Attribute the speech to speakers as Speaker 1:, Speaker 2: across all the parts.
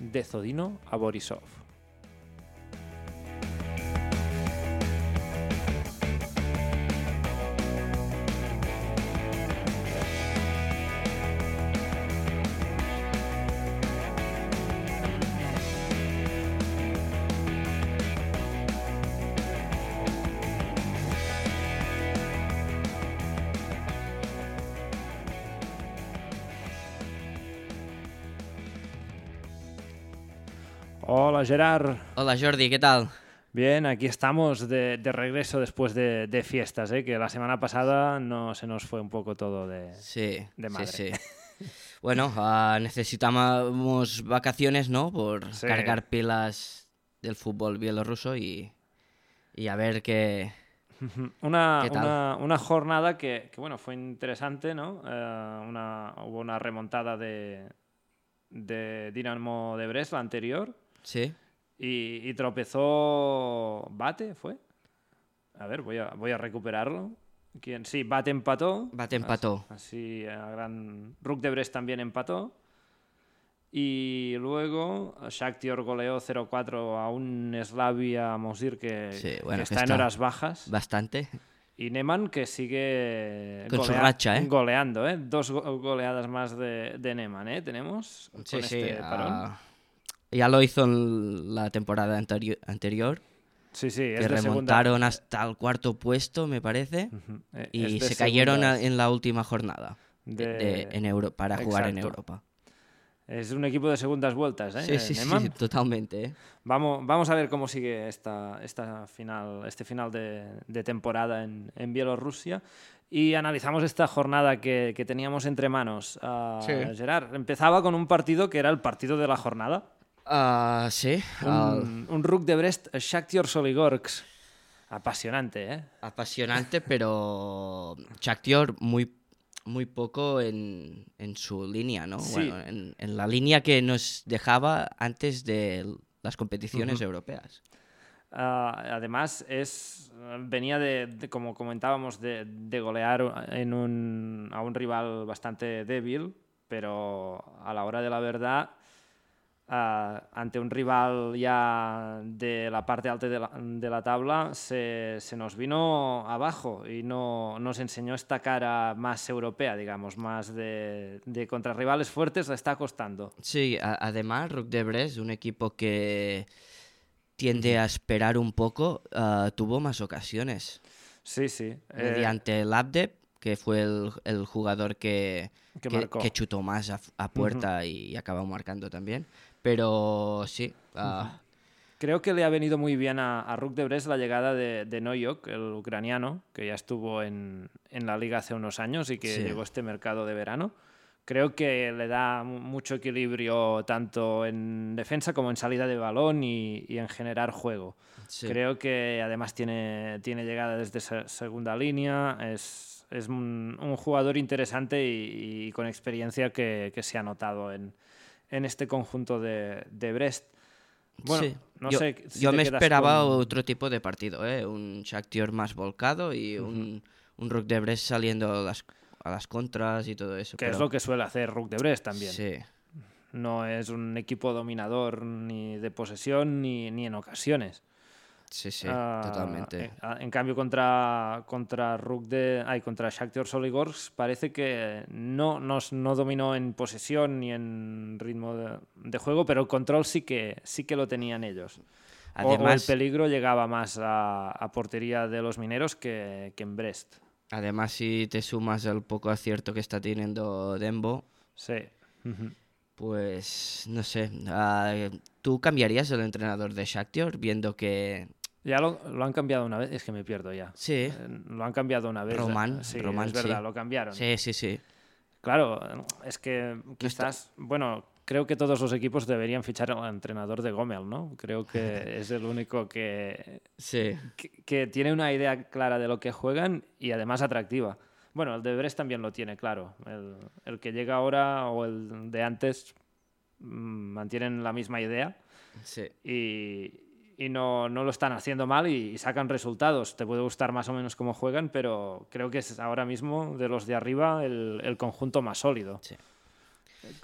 Speaker 1: de Zodino a Borisov. Hola Gerard.
Speaker 2: Hola Jordi, ¿qué tal?
Speaker 1: Bien, aquí estamos de, de regreso después de, de fiestas, ¿eh? que la semana pasada no se nos fue un poco todo de,
Speaker 2: Sí,
Speaker 1: de madre.
Speaker 2: sí, sí. Bueno, ah, necesitamos vacaciones, ¿no? Por
Speaker 1: Sí.
Speaker 2: cargar pilas del fútbol bielorruso y, y a ver qué...
Speaker 1: Una,
Speaker 2: ¿Qué tal?
Speaker 1: una- una jornada que, que, bueno, fue interesante, ¿no? Eh, una, hubo una remontada de, de Dinamo de Brest, la anterior,
Speaker 2: Sí,
Speaker 1: y, y tropezó Bate, ¿fue? A ver, voy a, voy a recuperarlo. ¿Quién? Sí, Bate empató.
Speaker 2: Bate empató.
Speaker 1: Así, a gran... Rook de Brest también empató. Y luego Shakhtar goleó 0-4 a un Slavia Mosir que,
Speaker 2: Sí,
Speaker 1: que
Speaker 2: bueno, que
Speaker 1: está, en
Speaker 2: está-
Speaker 1: horas bajas.
Speaker 2: bastante.
Speaker 1: Y Neman que sigue
Speaker 2: Con su racha, ¿eh?
Speaker 1: goleando, ¿eh? Dos go- goleadas más de, de Neman, ¿eh? Tenemos
Speaker 2: Sí,
Speaker 1: con
Speaker 2: sí.
Speaker 1: este parón.
Speaker 2: ah, ya lo hizo en la temporada anteri- anterior,
Speaker 1: Sí, sí, es
Speaker 2: que
Speaker 1: de
Speaker 2: remontaron hasta el cuarto puesto, me parece,
Speaker 1: segunda. Eh, es
Speaker 2: y
Speaker 1: de
Speaker 2: se cayeron a-
Speaker 1: segundas.
Speaker 2: en la última jornada de-
Speaker 1: De-
Speaker 2: de- en Euro- para jugar en
Speaker 1: Exacto.
Speaker 2: Europa.
Speaker 1: Es un equipo de segundas vueltas, ¿eh?
Speaker 2: Sí, sí,
Speaker 1: Neman.
Speaker 2: sí, totalmente. ¿eh?
Speaker 1: Vamos, vamos a ver cómo sigue esta, esta final, este final de, de temporada en, en Bielorrusia. Y analizamos esta jornada que, que teníamos entre manos. Ah,
Speaker 2: Sí.
Speaker 1: Gerard, empezaba con un partido que era el partido de la jornada.
Speaker 2: Ah, sí, al-
Speaker 1: Un, un Rook de Brest, Shakhtar Soligorsk. Apasionante, ¿eh?
Speaker 2: apasionante, pero Shakhtar muy, muy poco en, en su línea, ¿no?
Speaker 1: Sí.
Speaker 2: Bueno, en, en la línea que nos dejaba antes de l- las competiciones europeas.
Speaker 1: Ah, además, es, venía de, de- como comentábamos, de, de golear en un- a un rival bastante débil, pero a la hora de la verdad, ah, ante un rival ya de la parte alta de la, de la tabla, se, se nos vino abajo y no nos enseñó esta cara más europea, digamos, más de, de contra rivales fuertes, le está costando.
Speaker 2: Sí, a- además, Rook de Brest, un equipo que tiende a esperar un poco, ah, tuvo más ocasiones.
Speaker 1: Sí, sí. eh,
Speaker 2: Mediante el Abdeb, que fue el, el jugador que,
Speaker 1: Que marcó.
Speaker 2: chutó más a, a puerta y acabó marcando también. Pero sí, ah,
Speaker 1: Creo que le ha venido muy bien a, a Rook de Brest la llegada de, de Noyok, el ucraniano, que ya estuvo en, en la liga hace unos años y que
Speaker 2: Sí.
Speaker 1: llegó a este mercado de verano. Creo que le da mu- mucho equilibrio tanto en defensa como en salida de balón y, y en generar juego.
Speaker 2: sí.
Speaker 1: Creo que además tiene, tiene llegada desde esa segunda línea, es, es un, un jugador interesante y, y con experiencia que, que se ha notado en, en este conjunto de, de Brest. Bueno,
Speaker 2: Sí.
Speaker 1: no
Speaker 2: yo,
Speaker 1: sé si
Speaker 2: yo
Speaker 1: te
Speaker 2: me
Speaker 1: quedas
Speaker 2: esperaba
Speaker 1: con-
Speaker 2: otro tipo de partido, ¿eh? un Shakhtar más volcado y un, un Rook de Brest saliendo a las, a las contras y todo eso.
Speaker 1: Que es lo que suele hacer Rook de Brest también.
Speaker 2: Sí,
Speaker 1: No es un equipo dominador ni de posesión ni, ni en ocasiones.
Speaker 2: sí, sí,
Speaker 1: Ah,
Speaker 2: totalmente.
Speaker 1: En, a- en cambio, contra, contra Rook de. Ay, contra Shakhtar Soligorsk parece que no, no, s- no dominó en posesión ni en ritmo de, de juego, pero el control sí que, sí que lo tenían ellos. O- o
Speaker 2: Además-
Speaker 1: el peligro llegaba más a, a portería de los mineros que, que en Brest.
Speaker 2: Además, si te sumas al poco acierto que está teniendo Dembo,
Speaker 1: Sí. Ujú.
Speaker 2: pues no sé. ah, ¿Tú cambiarías el entrenador de Shakhtar viendo que...
Speaker 1: Ya lo, lo han cambiado una vez, es que me pierdo ya.
Speaker 2: Sí,
Speaker 1: Eh, Lo han cambiado una vez.
Speaker 2: Román,
Speaker 1: eh, sí,
Speaker 2: Román,
Speaker 1: es verdad,
Speaker 2: sí.
Speaker 1: lo cambiaron.
Speaker 2: sí, sí, sí.
Speaker 1: Claro, es que
Speaker 2: está-
Speaker 1: quizás, bueno, creo que todos los equipos deberían fichar al entrenador de Gomel, ¿no? Creo que es el único que,
Speaker 2: Sí,
Speaker 1: que, que tiene una idea clara de lo que juegan y además atractiva. Bueno, el de Brest también lo tiene claro. El, el que llega ahora o el de antes mm, mantienen la misma idea
Speaker 2: sí.
Speaker 1: y, y no, no lo están haciendo mal y, y sacan resultados. Te puede gustar más o menos cómo juegan, pero creo que es ahora mismo de los de arriba el, el conjunto más sólido.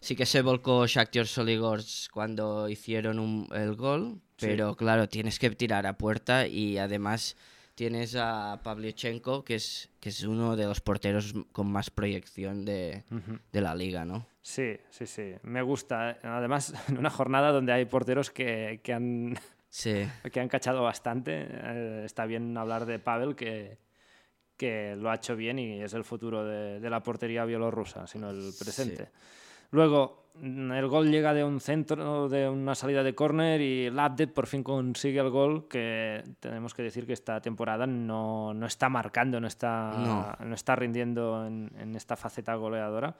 Speaker 2: Sí que se volcó Shakhtar Soligorsk cuando hicieron un- el gol, pero claro, tienes que tirar a puerta y además tienes a Pavlyuchenko, que es, que es uno de los porteros con más proyección de, de la liga, ¿no?
Speaker 1: Sí, sí, sí. Me gusta. eh, Además, en una jornada donde hay porteros que, que han,
Speaker 2: Sí.
Speaker 1: que han cachado bastante, eh, está bien hablar de Pavel, que, que lo ha hecho bien y es el futuro de, de la portería bielorrusa, sino el presente. Luego, mm, el gol llega de un centro, de una salida de córner y Labdet por fin consigue el gol, que tenemos que decir que esta temporada no, no está marcando, no está, no. está rindiendo en, en esta faceta goleadora.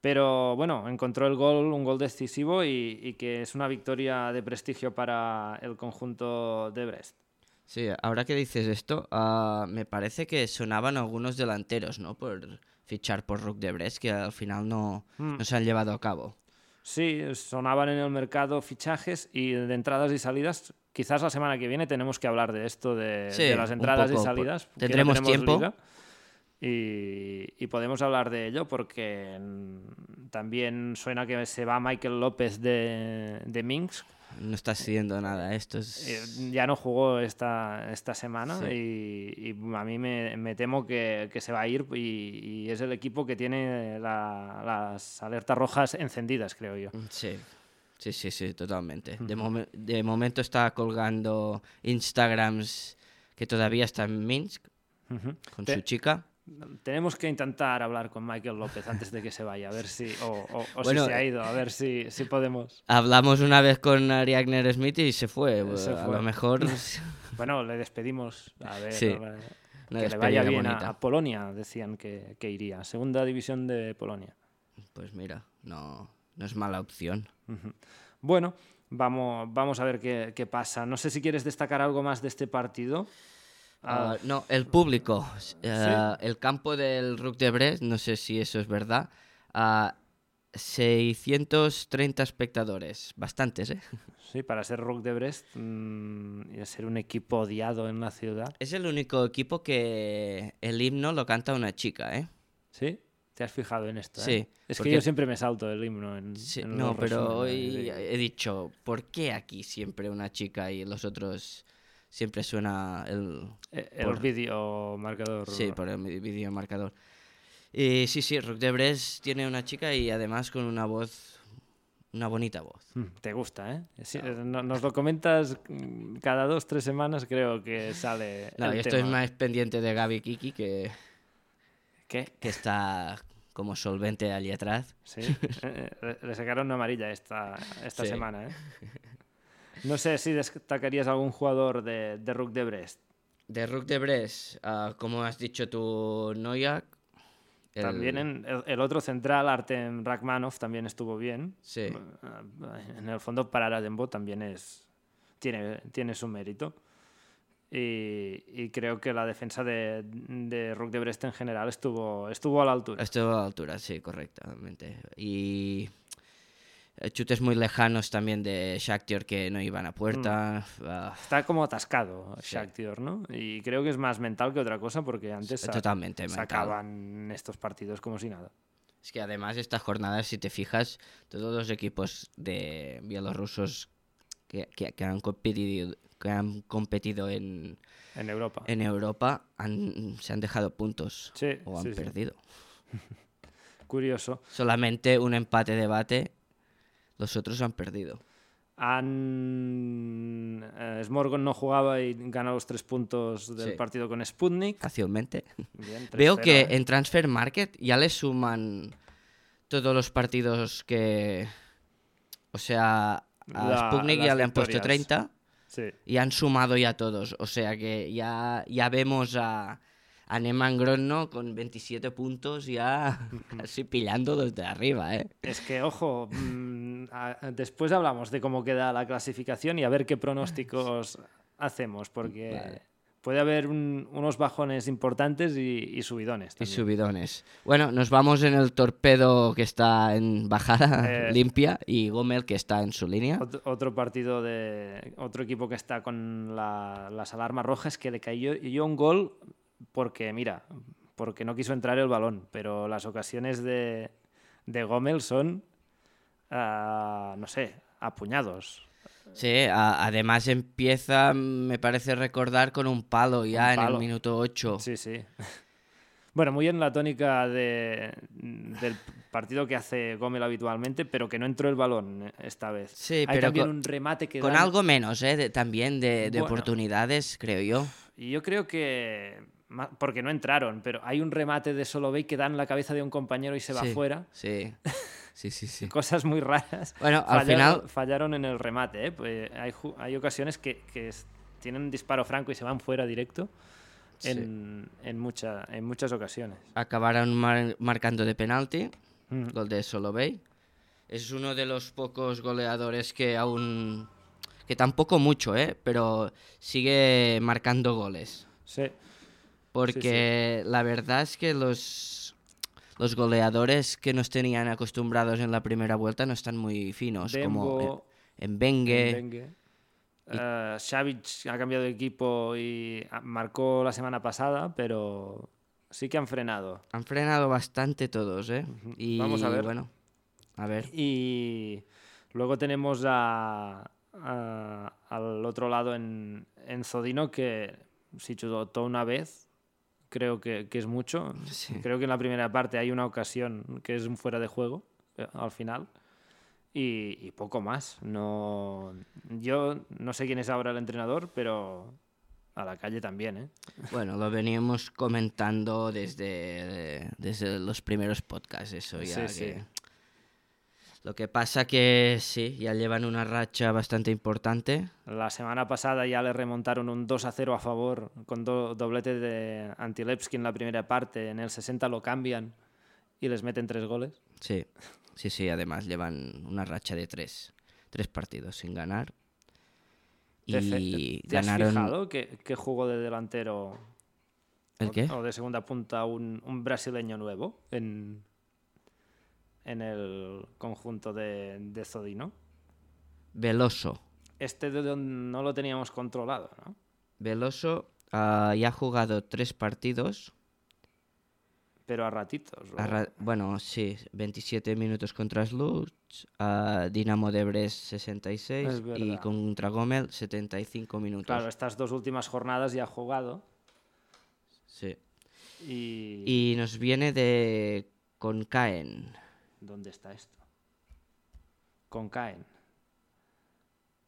Speaker 1: Pero bueno, encontró el gol, un gol decisivo y, y que es una victoria de prestigio para el conjunto de Brest.
Speaker 2: Sí, ahora que dices esto, ah, me parece que sonaban algunos delanteros, ¿no? Por fichar por Rook de Brest, que al final no, no se han llevado a cabo.
Speaker 1: Sí, sonaban en el mercado fichajes y de entradas y salidas. Quizás la semana que viene tenemos que hablar de esto, de,
Speaker 2: Sí,
Speaker 1: de las
Speaker 2: un
Speaker 1: entradas
Speaker 2: poco,
Speaker 1: y salidas.
Speaker 2: por-
Speaker 1: que no
Speaker 2: tendremos
Speaker 1: tenemos
Speaker 2: tiempo.
Speaker 1: liga. y, y podemos hablar de ello porque mm, también suena que se va Michael López de, de Minsk.
Speaker 2: No está haciendo nada, esto
Speaker 1: Eh,
Speaker 2: es...
Speaker 1: Ya no jugó esta, esta semana y, y a mí me, me temo que, que se va a ir y, y es el equipo que tiene la- las alertas rojas encendidas, creo yo.
Speaker 2: Mm, Sí, sí, sí, sí, totalmente. De, momen- de momento está colgando Instagrams que todavía está en Minsk
Speaker 1: Ujú.
Speaker 2: con
Speaker 1: Te-
Speaker 2: su chica.
Speaker 1: Tenemos que intentar hablar con Michael López antes de que se vaya, a ver si. O, o- o
Speaker 2: Bueno, eh,
Speaker 1: si se ha ido, a ver si, si podemos.
Speaker 2: Hablamos una vez con Ariadne Smith y se fue.
Speaker 1: Se
Speaker 2: A
Speaker 1: fue.
Speaker 2: lo mejor
Speaker 1: Bueno, le despedimos. A ver.
Speaker 2: Sí,
Speaker 1: eh,
Speaker 2: una
Speaker 1: que le vaya
Speaker 2: despedida
Speaker 1: bien
Speaker 2: bonita.
Speaker 1: a, a Polonia, decían que, que iría. Segunda división de Polonia.
Speaker 2: pues mira, no, no es mala opción.
Speaker 1: Bueno, vamos, vamos a ver qué, qué pasa. No sé si quieres destacar algo más de este partido.
Speaker 2: Ah, no, el público. Eh, El campo del Rook de Brest, no sé si eso es verdad. ah, 630 espectadores, bastantes, ¿eh?
Speaker 1: Sí, para ser Rock de Brest mm, y ser un equipo odiado en la ciudad.
Speaker 2: Es el único equipo que el himno lo canta una chica, ¿eh?
Speaker 1: ¿Sí? ¿Te has fijado en esto? eh?
Speaker 2: Sí,
Speaker 1: Es
Speaker 2: porque-
Speaker 1: que yo siempre me salto el himno en.
Speaker 2: Sí,
Speaker 1: en
Speaker 2: no,
Speaker 1: los resúmenes
Speaker 2: pero hoy
Speaker 1: de-
Speaker 2: he dicho, ¿por qué aquí siempre una chica y los otros siempre suena el...
Speaker 1: Eh, El
Speaker 2: Por-
Speaker 1: vídeo marcador.
Speaker 2: Sí, por el mi- videomarcador. Y sí, sí, Rock de Brest tiene una chica y además con una voz, una bonita voz.
Speaker 1: Mm, Te gusta, ¿eh? Sí, eh, no- Nos lo comentas mm, cada dos, tres semanas, creo que sale.
Speaker 2: No,
Speaker 1: el
Speaker 2: yo estoy
Speaker 1: tema.
Speaker 2: más pendiente de Gaby Kiki que,
Speaker 1: ¿Qué?
Speaker 2: que está como solvente allí atrás.
Speaker 1: Sí. Eh, eh, Le sacaron una amarilla esta, esta
Speaker 2: Sí.
Speaker 1: semana, ¿eh? No sé si destacarías algún jugador de, de Rook de Brest.
Speaker 2: De Rook de Brest, ah, como has dicho tú, Noyak. el-
Speaker 1: También en el, el otro central, Artem Rachmanov, también estuvo bien.
Speaker 2: Sí.
Speaker 1: Eh, En el fondo, para Radenbo también es, tiene, tiene su mérito. Y, y creo que la defensa de, de Rock de Brest en general estuvo, estuvo a la altura.
Speaker 2: Estuvo a la altura, sí, correctamente. Y eh, chutes muy lejanos también de Shakhtar que no iban a puerta.
Speaker 1: Mm.
Speaker 2: Ah,
Speaker 1: Está como atascado
Speaker 2: Sí.
Speaker 1: Shakhtar, ¿no? Y creo que es más mental que otra cosa porque antes sa-
Speaker 2: totalmente mental.
Speaker 1: sacaban estos partidos como si nada.
Speaker 2: Es que además esta jornada, si te fijas, todos los equipos de bielorrusos que, que- que han, competido, que han competido en,
Speaker 1: En Europa.
Speaker 2: en Europa han- se han dejado puntos
Speaker 1: Sí,
Speaker 2: o han
Speaker 1: sí, sí.
Speaker 2: perdido.
Speaker 1: Curioso.
Speaker 2: Solamente un empate-debate, los otros han perdido.
Speaker 1: Han... eh, Smorgon no jugaba y ganó los tres puntos del
Speaker 2: Sí.
Speaker 1: partido con Sputnik.
Speaker 2: Fácilmente.
Speaker 1: Bien, 3-0,
Speaker 2: Veo que
Speaker 1: ¿eh?
Speaker 2: en Transfer Market ya le suman todos los partidos que. O sea, a
Speaker 1: La-
Speaker 2: Sputnik ya
Speaker 1: las
Speaker 2: le han puesto
Speaker 1: victorias.
Speaker 2: 30
Speaker 1: Sí.
Speaker 2: y han sumado ya todos. O sea que ya, ya vemos a, a Neman Gronno con 27 puntos ya casi pillando desde arriba, ¿eh?
Speaker 1: Es que, ojo, mm, a- después hablamos de cómo queda la clasificación y a ver qué pronósticos hacemos, porque
Speaker 2: Vale.
Speaker 1: puede haber un- unos bajones importantes y, y subidones.
Speaker 2: Y
Speaker 1: también.
Speaker 2: subidones. Bueno, nos vamos en el torpedo que está en bajada
Speaker 1: Eh.
Speaker 2: limpia y Gómez que está en su línea.
Speaker 1: Ot- otro partido de otro equipo que está con la- las alarmas rojas que le cayó y un gol porque, mira, porque no quiso entrar el balón, pero las ocasiones de, de Gómez son ah, no sé, a puñados.
Speaker 2: Sí, a- además empieza, me parece recordar, con un palo ya en
Speaker 1: palo.
Speaker 2: el minuto 8.
Speaker 1: Sí, sí. Bueno, muy en la tónica de, del partido que hace Gómez habitualmente, pero que no entró el balón esta vez.
Speaker 2: Sí,
Speaker 1: Hay
Speaker 2: pero
Speaker 1: también
Speaker 2: con-
Speaker 1: un remate que
Speaker 2: Con
Speaker 1: dan-
Speaker 2: algo menos, ¿eh? de- también de, de
Speaker 1: Bueno.
Speaker 2: oportunidades, creo yo.
Speaker 1: Y yo creo que. ma- Porque no entraron, pero hay un remate de Solovey que dan la cabeza de un compañero y se va
Speaker 2: Sí,
Speaker 1: fuera.
Speaker 2: Sí, sí, sí. sí.
Speaker 1: Cosas muy raras.
Speaker 2: Bueno, al
Speaker 1: Fallaron-
Speaker 2: final-
Speaker 1: Fallaron en el remate. ¿eh? Pues hay, ju- hay ocasiones que, que es- tienen un disparo franco y se van fuera directo en, en, mucha- en muchas ocasiones.
Speaker 2: Acabaron mar- marcando de penalti,
Speaker 1: Mm.
Speaker 2: gol de Solovey. Es uno de los pocos goleadores que aún... que tampoco mucho, ¿eh? Pero sigue marcando goles.
Speaker 1: Sí.
Speaker 2: Porque la verdad es que los, los goleadores que nos tenían acostumbrados en la primera vuelta no están muy finos, como eh,
Speaker 1: Dembo,
Speaker 2: en Bengue.
Speaker 1: Bengue. Eh, Xavic ha cambiado de equipo y ah, marcó la semana pasada, pero sí que han frenado.
Speaker 2: Han frenado bastante todos, ¿eh? Y
Speaker 1: Vamos a ver.
Speaker 2: bueno, a ver.
Speaker 1: Y luego tenemos a, a- al otro lado en, en Zodino, que si chutó una vez, creo que, que es mucho.
Speaker 2: Sí.
Speaker 1: Creo que en la primera parte hay una ocasión que es un fuera de juego eh, al final. Y, y poco más. No, yo no sé quién es ahora el entrenador, pero a la calle también, ¿eh?
Speaker 2: Bueno, lo veníamos comentando desde, desde los primeros podcasts, eso ya
Speaker 1: Sí,
Speaker 2: que-
Speaker 1: sí.
Speaker 2: Lo que pasa que sí, ya llevan una racha bastante importante.
Speaker 1: La semana pasada ya le remontaron un 2 a 0 a favor con do- doblete de Antilepski en la primera parte. En el 60 lo cambian y les meten tres goles.
Speaker 2: Sí, sí, sí, además llevan una racha de tres, tres partidos sin ganar.
Speaker 1: Te fe-
Speaker 2: Y
Speaker 1: ¿Te has
Speaker 2: ganaron...
Speaker 1: fijado que, que jugó de delantero
Speaker 2: ¿El
Speaker 1: o-
Speaker 2: qué?
Speaker 1: o de segunda punta un, un brasileño nuevo en, en el conjunto de, de Zodino?
Speaker 2: Veloso.
Speaker 1: Este de don- no lo teníamos controlado, ¿no?
Speaker 2: Veloso ah, ya ha jugado tres partidos.
Speaker 1: Pero a ratitos.
Speaker 2: Ha
Speaker 1: o-
Speaker 2: ra- Bueno, sí, 27 minutos contra Sluts, ah, Dinamo de Brest 66
Speaker 1: Es
Speaker 2: y
Speaker 1: verdad.
Speaker 2: contra Gomel 75 minutos.
Speaker 1: Claro, estas dos últimas jornadas ya ha jugado
Speaker 2: Sí.
Speaker 1: y...
Speaker 2: Y nos viene de Concaen.
Speaker 1: ¿Dónde está esto? Con Caen.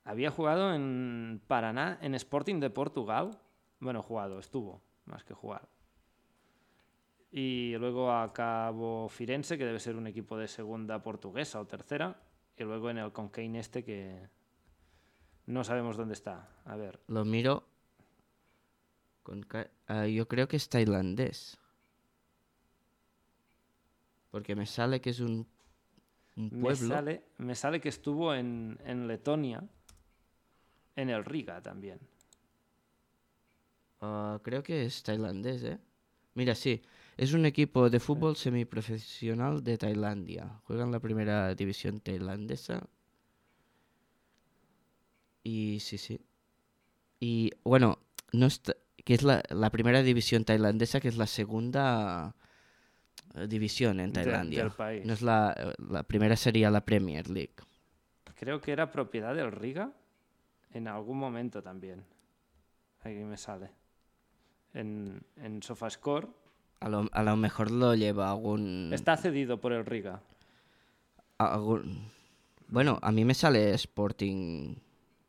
Speaker 1: Había jugado en Paraná, en Sporting de Portugal. Bueno, jugado, estuvo, más que jugar. Y luego a Cabo Firenze, que debe ser un equipo de segunda portuguesa o tercera. Y luego en el Concain este, que no sabemos dónde está. A ver,
Speaker 2: Lo miro. Con ca- ah, yo creo que es tailandés. Porque me sale que es un, un
Speaker 1: me
Speaker 2: pueblo.
Speaker 1: sale, me sale que estuvo en, en Letonia, en el Riga también.
Speaker 2: Ah, creo que es tailandés, ¿eh? Mira, sí. Es un equipo de fútbol semiprofesional de Tailandia. Juega en la primera división tailandesa. Y sí, sí. Y bueno, no está, que es la, la primera división tailandesa, que es la segunda eh, división en
Speaker 1: De-
Speaker 2: Tailandia.
Speaker 1: del país.
Speaker 2: No es la, eh, la primera sería la Premier League.
Speaker 1: Creo que era propiedad del Riga en algún momento también. Aquí me sale. En, en Sofascore.
Speaker 2: A lo, a lo mejor lo lleva algún...
Speaker 1: Está cedido por el Riga.
Speaker 2: a- algún- Bueno, a mí me sale Sporting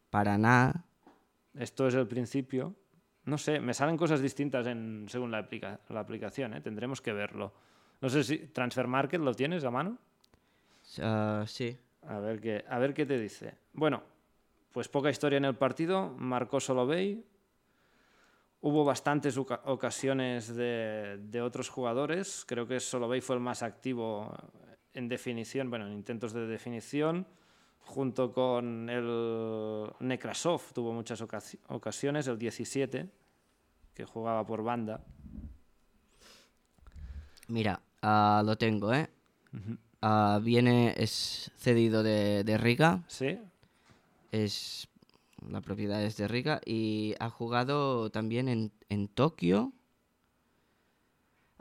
Speaker 2: Paraná.
Speaker 1: Esto es el principio. No sé, me salen cosas distintas en, según la, aplica- la aplicación, ¿eh? tendremos que verlo. No sé si Transfer Market lo tienes a mano.
Speaker 2: Ah, sí.
Speaker 1: A ver qué, a ver qué te dice. Bueno, pues poca historia en el partido. Marcó Solovey. Hubo bastantes oca- ocasiones de, de otros jugadores. Creo que Solovey fue el más activo en definición, bueno, en intentos de definición. Junto con el Nekrasov tuvo muchas ocasi- ocasiones, el 17, que jugaba por banda.
Speaker 2: Mira, ah, lo tengo, ¿eh? Ah, viene, es cedido de, de Riga.
Speaker 1: Sí,
Speaker 2: Es, la propiedad es de Riga. Y ha jugado también en, en Tokio.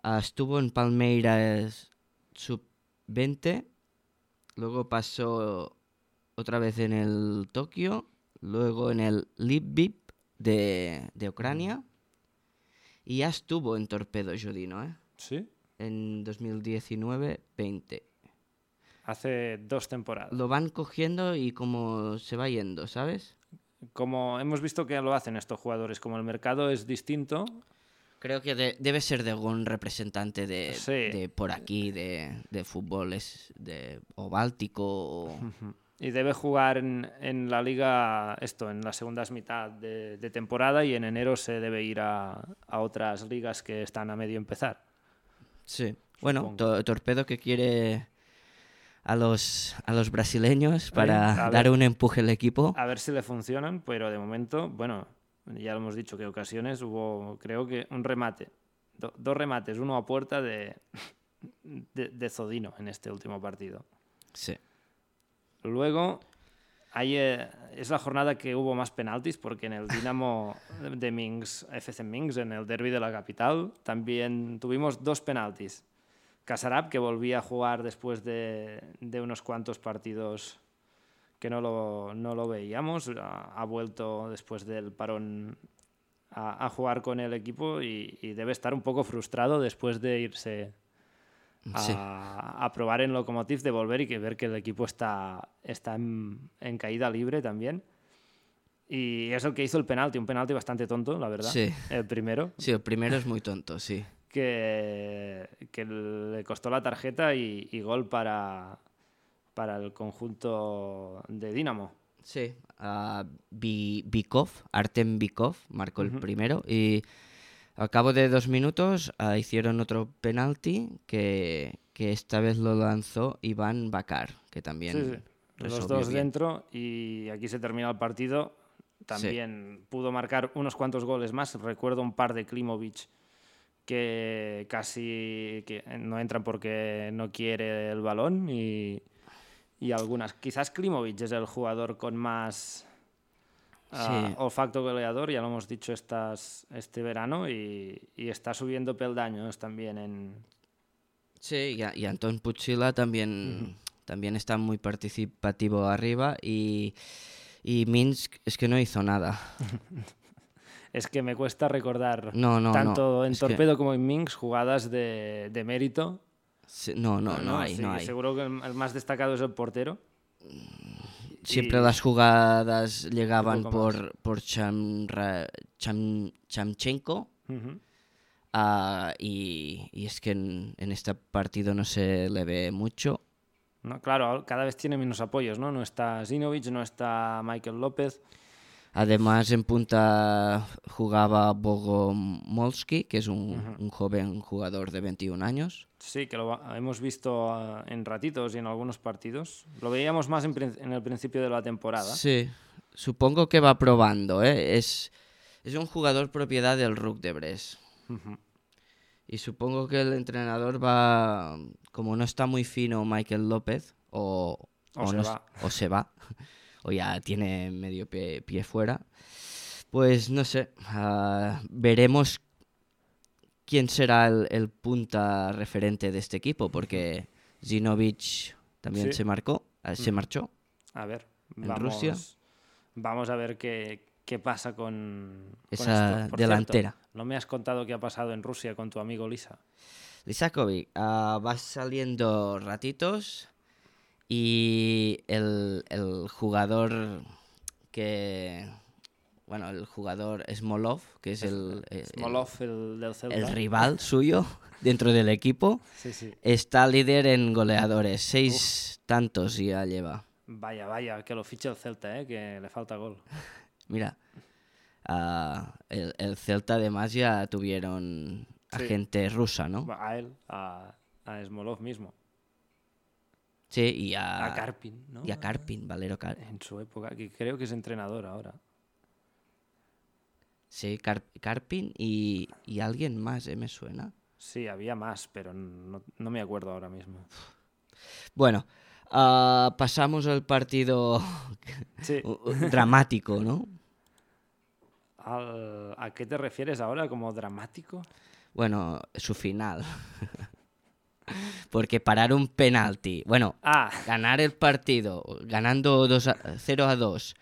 Speaker 2: Ah, estuvo en Palmeiras Sub-20. Luego pasó otra vez en el Tokio, luego en el Lviv de, de Ucrania. Y ya estuvo en Torpedo Judino, ¿eh?
Speaker 1: Sí.
Speaker 2: En 2019-20.
Speaker 1: Hace dos temporadas.
Speaker 2: Lo van cogiendo y como se va yendo, ¿sabes?
Speaker 1: Como hemos visto que lo hacen estos jugadores, como el mercado es distinto,
Speaker 2: Creo que de- debe ser de algún representante de,
Speaker 1: Sí.
Speaker 2: de por aquí, de, de fútbol, es de, o báltico, o...
Speaker 1: Y debe jugar en, en la liga, esto, en la segunda mitad de, de temporada y en enero se debe ir a, a otras ligas que están a medio empezar.
Speaker 2: Sí. Bueno,
Speaker 1: Supongo.
Speaker 2: to- Torpedo que quiere a los, a los brasileños
Speaker 1: a
Speaker 2: para
Speaker 1: ver. Ah.
Speaker 2: dar un empuje al equipo.
Speaker 1: A ver si le funcionan, pero de momento, bueno, ya lo hemos dicho que ocasiones hubo, creo que un remate, do- dos remates, uno a puerta de, de, de Zodino en este último partido.
Speaker 2: Sí.
Speaker 1: Luego, ahí, eh, es la jornada que hubo más penaltis, porque en el Dinamo de Minsk, FC Minsk, en el derby de la capital, también tuvimos dos penaltis. Kasarab, que volvía a jugar después de, de unos cuantos partidos que no lo, no lo veíamos, ha, ha vuelto después del parón a, a jugar con el equipo y, y debe estar un poco frustrado después de irse a,
Speaker 2: Sí.
Speaker 1: a probar en Lokomotiv de volver y que ver que el equipo está, está en, en caída libre también. Y es el que hizo el penalti, un penalti bastante tonto, la verdad.
Speaker 2: Sí.
Speaker 1: El primero,
Speaker 2: Sí, el primero es muy tonto, sí.
Speaker 1: que, que le costó la tarjeta y, y gol para, para el conjunto de Dinamo.
Speaker 2: Sí, a Bi- Bikov, Artem Bikov marcó el primero y al cabo de dos minutos ah, hicieron otro penalti que, que esta vez lo lanzó Iván Bakar, que también
Speaker 1: Sí, sí. Los
Speaker 2: resolvió
Speaker 1: dos
Speaker 2: bien.
Speaker 1: dentro y aquí se termina el partido. También pudo marcar unos cuantos goles más. Recuerdo un par de Klimovic que casi que no entran porque no quiere el balón y, y algunas. Quizás Klimovic es el jugador con más ah,
Speaker 2: Sí.
Speaker 1: olfacto goleador, ya lo hemos dicho estas, este verano, y, y está subiendo peldaños también en,
Speaker 2: Sí, y, a- y Antón Puchila también, también está muy participativo arriba y, y Minsk es que no hizo nada.
Speaker 1: Es que me cuesta recordar
Speaker 2: No, no, no,
Speaker 1: Ah, tanto en
Speaker 2: es que-
Speaker 1: Torpedo como en Minx jugadas de, de mérito.
Speaker 2: Sí, No, no, no, hay,
Speaker 1: Ah, sí,
Speaker 2: no hay.
Speaker 1: Seguro que el el más destacado es el portero.
Speaker 2: Siempre
Speaker 1: Y-
Speaker 2: las jugadas llegaban
Speaker 1: poco más.
Speaker 2: por, por Chamra- Cham- Chamchenko
Speaker 1: Ujú.
Speaker 2: ah, y, y es que en, en este partido no se le ve mucho.
Speaker 1: No, claro, cada vez tiene menos apoyos, ¿no? No está Zinovich, no está Michael López.
Speaker 2: Además, en punta jugaba Bogomolski, que es un, un joven jugador de 21 años.
Speaker 1: Sí, que lo va- hemos visto ah, en ratitos y en algunos partidos. Lo veíamos más en, prin- en el principio de la temporada.
Speaker 2: Sí, supongo que va probando, ¿eh? Es, es un jugador propiedad del Rook de Bres. Y supongo que el entrenador va, como no está muy fino Michael López, o,
Speaker 1: O se
Speaker 2: no es-
Speaker 1: va.
Speaker 2: o se va, o ya tiene medio pie, pie fuera, pues no sé, ah, veremos quién será el, el punta referente de este equipo, porque Zinovic también
Speaker 1: Sí. Mm.
Speaker 2: se marcó, ah, se marchó.
Speaker 1: A ver,
Speaker 2: ¿En
Speaker 1: vamos,
Speaker 2: Rusia?
Speaker 1: vamos a ver qué, qué pasa con, con
Speaker 2: Esa
Speaker 1: esto. Por
Speaker 2: delantera.
Speaker 1: cierto, no me has contado qué ha pasado en Rusia con tu amigo Lisa.
Speaker 2: Lisakovic, ah, va saliendo ratitos y el, el jugador que... Bueno, el jugador Smolov, que es el, eh, el-
Speaker 1: Smolov, el del Celta.
Speaker 2: el rival suyo dentro del equipo,
Speaker 1: Sí, sí.
Speaker 2: está líder en goleadores. Seis tantos ya lleva.
Speaker 1: Vaya, vaya, que lo fiche el Celta, ¿eh? que le falta gol.
Speaker 2: Mira, ah, el, el Celta además ya tuvieron a
Speaker 1: Sí.
Speaker 2: gente rusa, ¿no?
Speaker 1: A él, a, a Smolov mismo.
Speaker 2: Sí, y a,
Speaker 1: A Karpin, ¿no?
Speaker 2: y a Karpin, Valero Karpin.
Speaker 1: En su época, que creo que es entrenador ahora.
Speaker 2: Sí, Car- Carpin y, y alguien más, ¿eh? Me suena.
Speaker 1: Sí, había más, pero no, no me acuerdo ahora mismo.
Speaker 2: Bueno, ah, pasamos al partido
Speaker 1: Sí,
Speaker 2: Oh. dramático, ¿no?
Speaker 1: al- ¿a qué te refieres ahora? ¿Como dramático?
Speaker 2: Bueno, su final. Porque parar un penalti, bueno,
Speaker 1: Ah,
Speaker 2: ganar el partido, ganando 2 a- 0 a 2,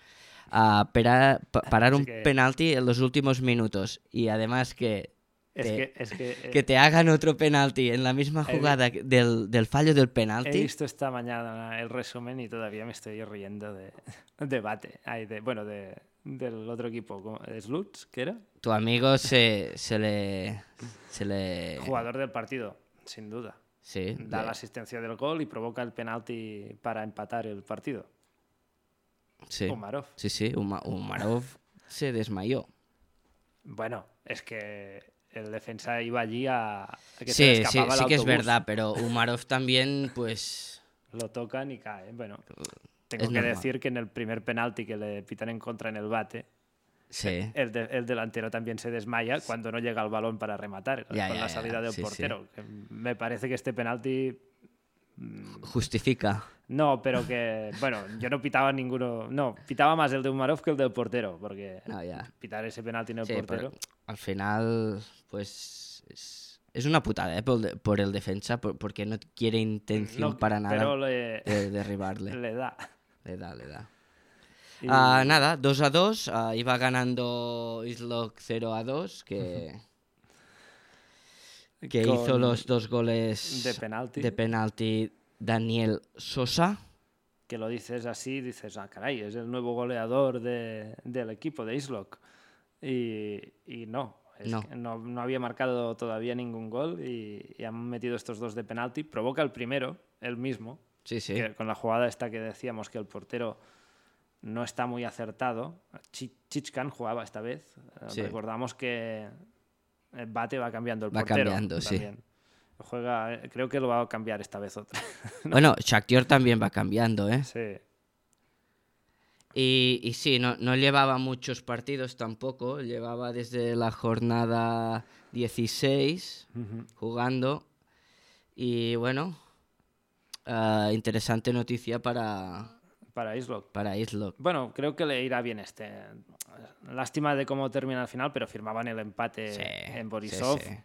Speaker 2: a pera- pa- parar
Speaker 1: Así
Speaker 2: un
Speaker 1: que-
Speaker 2: penalti en los últimos minutos y además que
Speaker 1: es
Speaker 2: Te-
Speaker 1: que, es que, eh,
Speaker 2: que te hagan otro penalti en la misma
Speaker 1: he-
Speaker 2: jugada que- del, del fallo del
Speaker 1: he
Speaker 2: penalti.
Speaker 1: visto esta mañana el resumen y todavía me estoy riendo de debate. de, bueno, de, del otro equipo, ¿cómo? ¿Sluts? ¿Qué era?
Speaker 2: Tu amigo se, se le. Se le.
Speaker 1: Jugador del partido, sin duda.
Speaker 2: Sí.
Speaker 1: Da
Speaker 2: le-
Speaker 1: la asistencia del gol y provoca el penalti para empatar el partido.
Speaker 2: sí.
Speaker 1: Umarov.
Speaker 2: Sí, sí, Uma- Umarov se desmayó.
Speaker 1: Bueno, es que el defensa iba allí a, a que se le
Speaker 2: Sí, sí,
Speaker 1: escapaba el
Speaker 2: sí que es
Speaker 1: autobús.
Speaker 2: verdad, pero Umarov también, pues.
Speaker 1: Lo tocan y cae. Bueno, tengo
Speaker 2: es
Speaker 1: que
Speaker 2: normal.
Speaker 1: decir que en el primer penalti que le pitan en contra en el bate,
Speaker 2: Sí.
Speaker 1: el, de- el delantero también se desmaya cuando no llega el balón para rematar
Speaker 2: Ya,
Speaker 1: con
Speaker 2: ya,
Speaker 1: la
Speaker 2: ya,
Speaker 1: salida del
Speaker 2: sí, sí.
Speaker 1: portero. Que Me parece que este penalti
Speaker 2: Justifica.
Speaker 1: no, pero que bueno, yo no pitaba ninguno, no, pitaba más el de Umarov que el del portero, porque
Speaker 2: No, ya.
Speaker 1: pitar ese penalti en el
Speaker 2: Ah. Sí,
Speaker 1: portero.
Speaker 2: pero al final, pues. Es, es una putada, ¿eh? Por, el de- por el defensa, por- porque no quiere intención
Speaker 1: no,
Speaker 2: para nada Eh,
Speaker 1: Pero le,
Speaker 2: de derribarle.
Speaker 1: le da.
Speaker 2: Le da, le da.
Speaker 1: Y-
Speaker 2: Ah, nada, 2 a 2. iba ganando Islock 0 a 2, que, que
Speaker 1: con-
Speaker 2: hizo los dos goles
Speaker 1: de penalti.
Speaker 2: de penalti Daniel Sosa.
Speaker 1: que lo dices así, dices, ah, caray, es el nuevo goleador de- del equipo de Islock. Y, y no, es
Speaker 2: No.
Speaker 1: que no, no había marcado todavía ningún gol y, y han metido estos dos de penalti. Provoca el primero, el mismo,
Speaker 2: Sí, sí.
Speaker 1: que con la jugada esta que decíamos que el portero no está muy acertado. Chi- Chichkan jugaba esta vez. Eh,
Speaker 2: Sí.
Speaker 1: Recordamos que el bate va cambiando el
Speaker 2: Va
Speaker 1: portero.
Speaker 2: cambiando, sí.
Speaker 1: también. Juega, creo que lo va a cambiar esta vez otra.
Speaker 2: Bueno, Shakhtar también va cambiando, ¿eh?
Speaker 1: sí.
Speaker 2: Y, y sí, no, no llevaba muchos partidos tampoco. Llevaba desde la jornada 16
Speaker 1: Ujú.
Speaker 2: jugando. Y bueno, ah, interesante noticia para,
Speaker 1: Para Islock.
Speaker 2: para Islock.
Speaker 1: Bueno, creo que le irá bien este. Lástima de cómo termina el final, pero firmaban el empate
Speaker 2: Sí,
Speaker 1: en
Speaker 2: sí,
Speaker 1: Borisov
Speaker 2: sí.
Speaker 1: eh,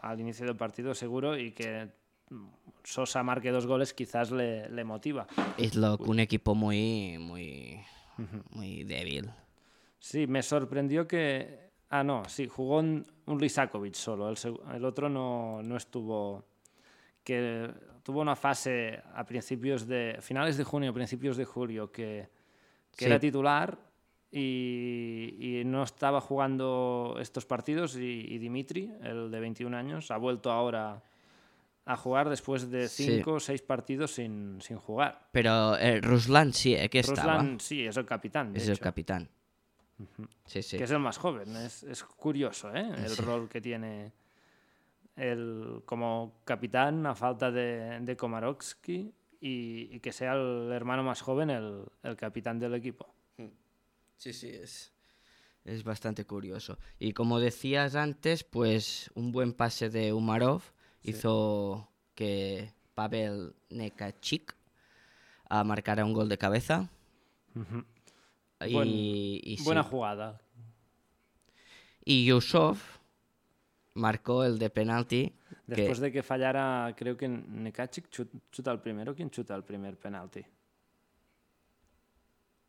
Speaker 1: al inicio del partido seguro y que mm, Sosa marque dos goles quizás le, le motiva.
Speaker 2: Islock, un equipo muy, muy, muy débil.
Speaker 1: Sí, me sorprendió que... Ah, no, sí, jugó un, un Lisakovic solo, el, seg- el otro no, no estuvo... que tuvo una fase a principios de... finales de junio, principios de julio, que, que
Speaker 2: Sí.
Speaker 1: era titular y, y no estaba jugando estos partidos y, y Dimitri, el de 21 años, ha vuelto ahora a jugar después de
Speaker 2: Sí.
Speaker 1: 5 o 6 partidos sin, sin jugar.
Speaker 2: Pero eh, Ruslan sí, eh, que estaba.
Speaker 1: Ruslan, sí, es el capitán. de
Speaker 2: es el
Speaker 1: hecho.
Speaker 2: capitán. Sí, sí.
Speaker 1: que es el más joven. Es, es curioso ¿eh? el
Speaker 2: Sí.
Speaker 1: rol que tiene el, como capitán a falta de, de Komarovsky y, y que sea el hermano más joven el, el capitán del equipo.
Speaker 2: Sí, sí, es. Es bastante curioso. Y como decías antes, pues un buen pase de Umarov hizo que Pavel Nekachik ah, marcara un gol de cabeza. Y,
Speaker 1: Buen-
Speaker 2: y sí.
Speaker 1: Buena jugada.
Speaker 2: Y Yusov marcó el de penalti. que-
Speaker 1: Después de que fallara, creo que Nekacic chu- chuta el primero. ¿Quién chuta el primer penalti?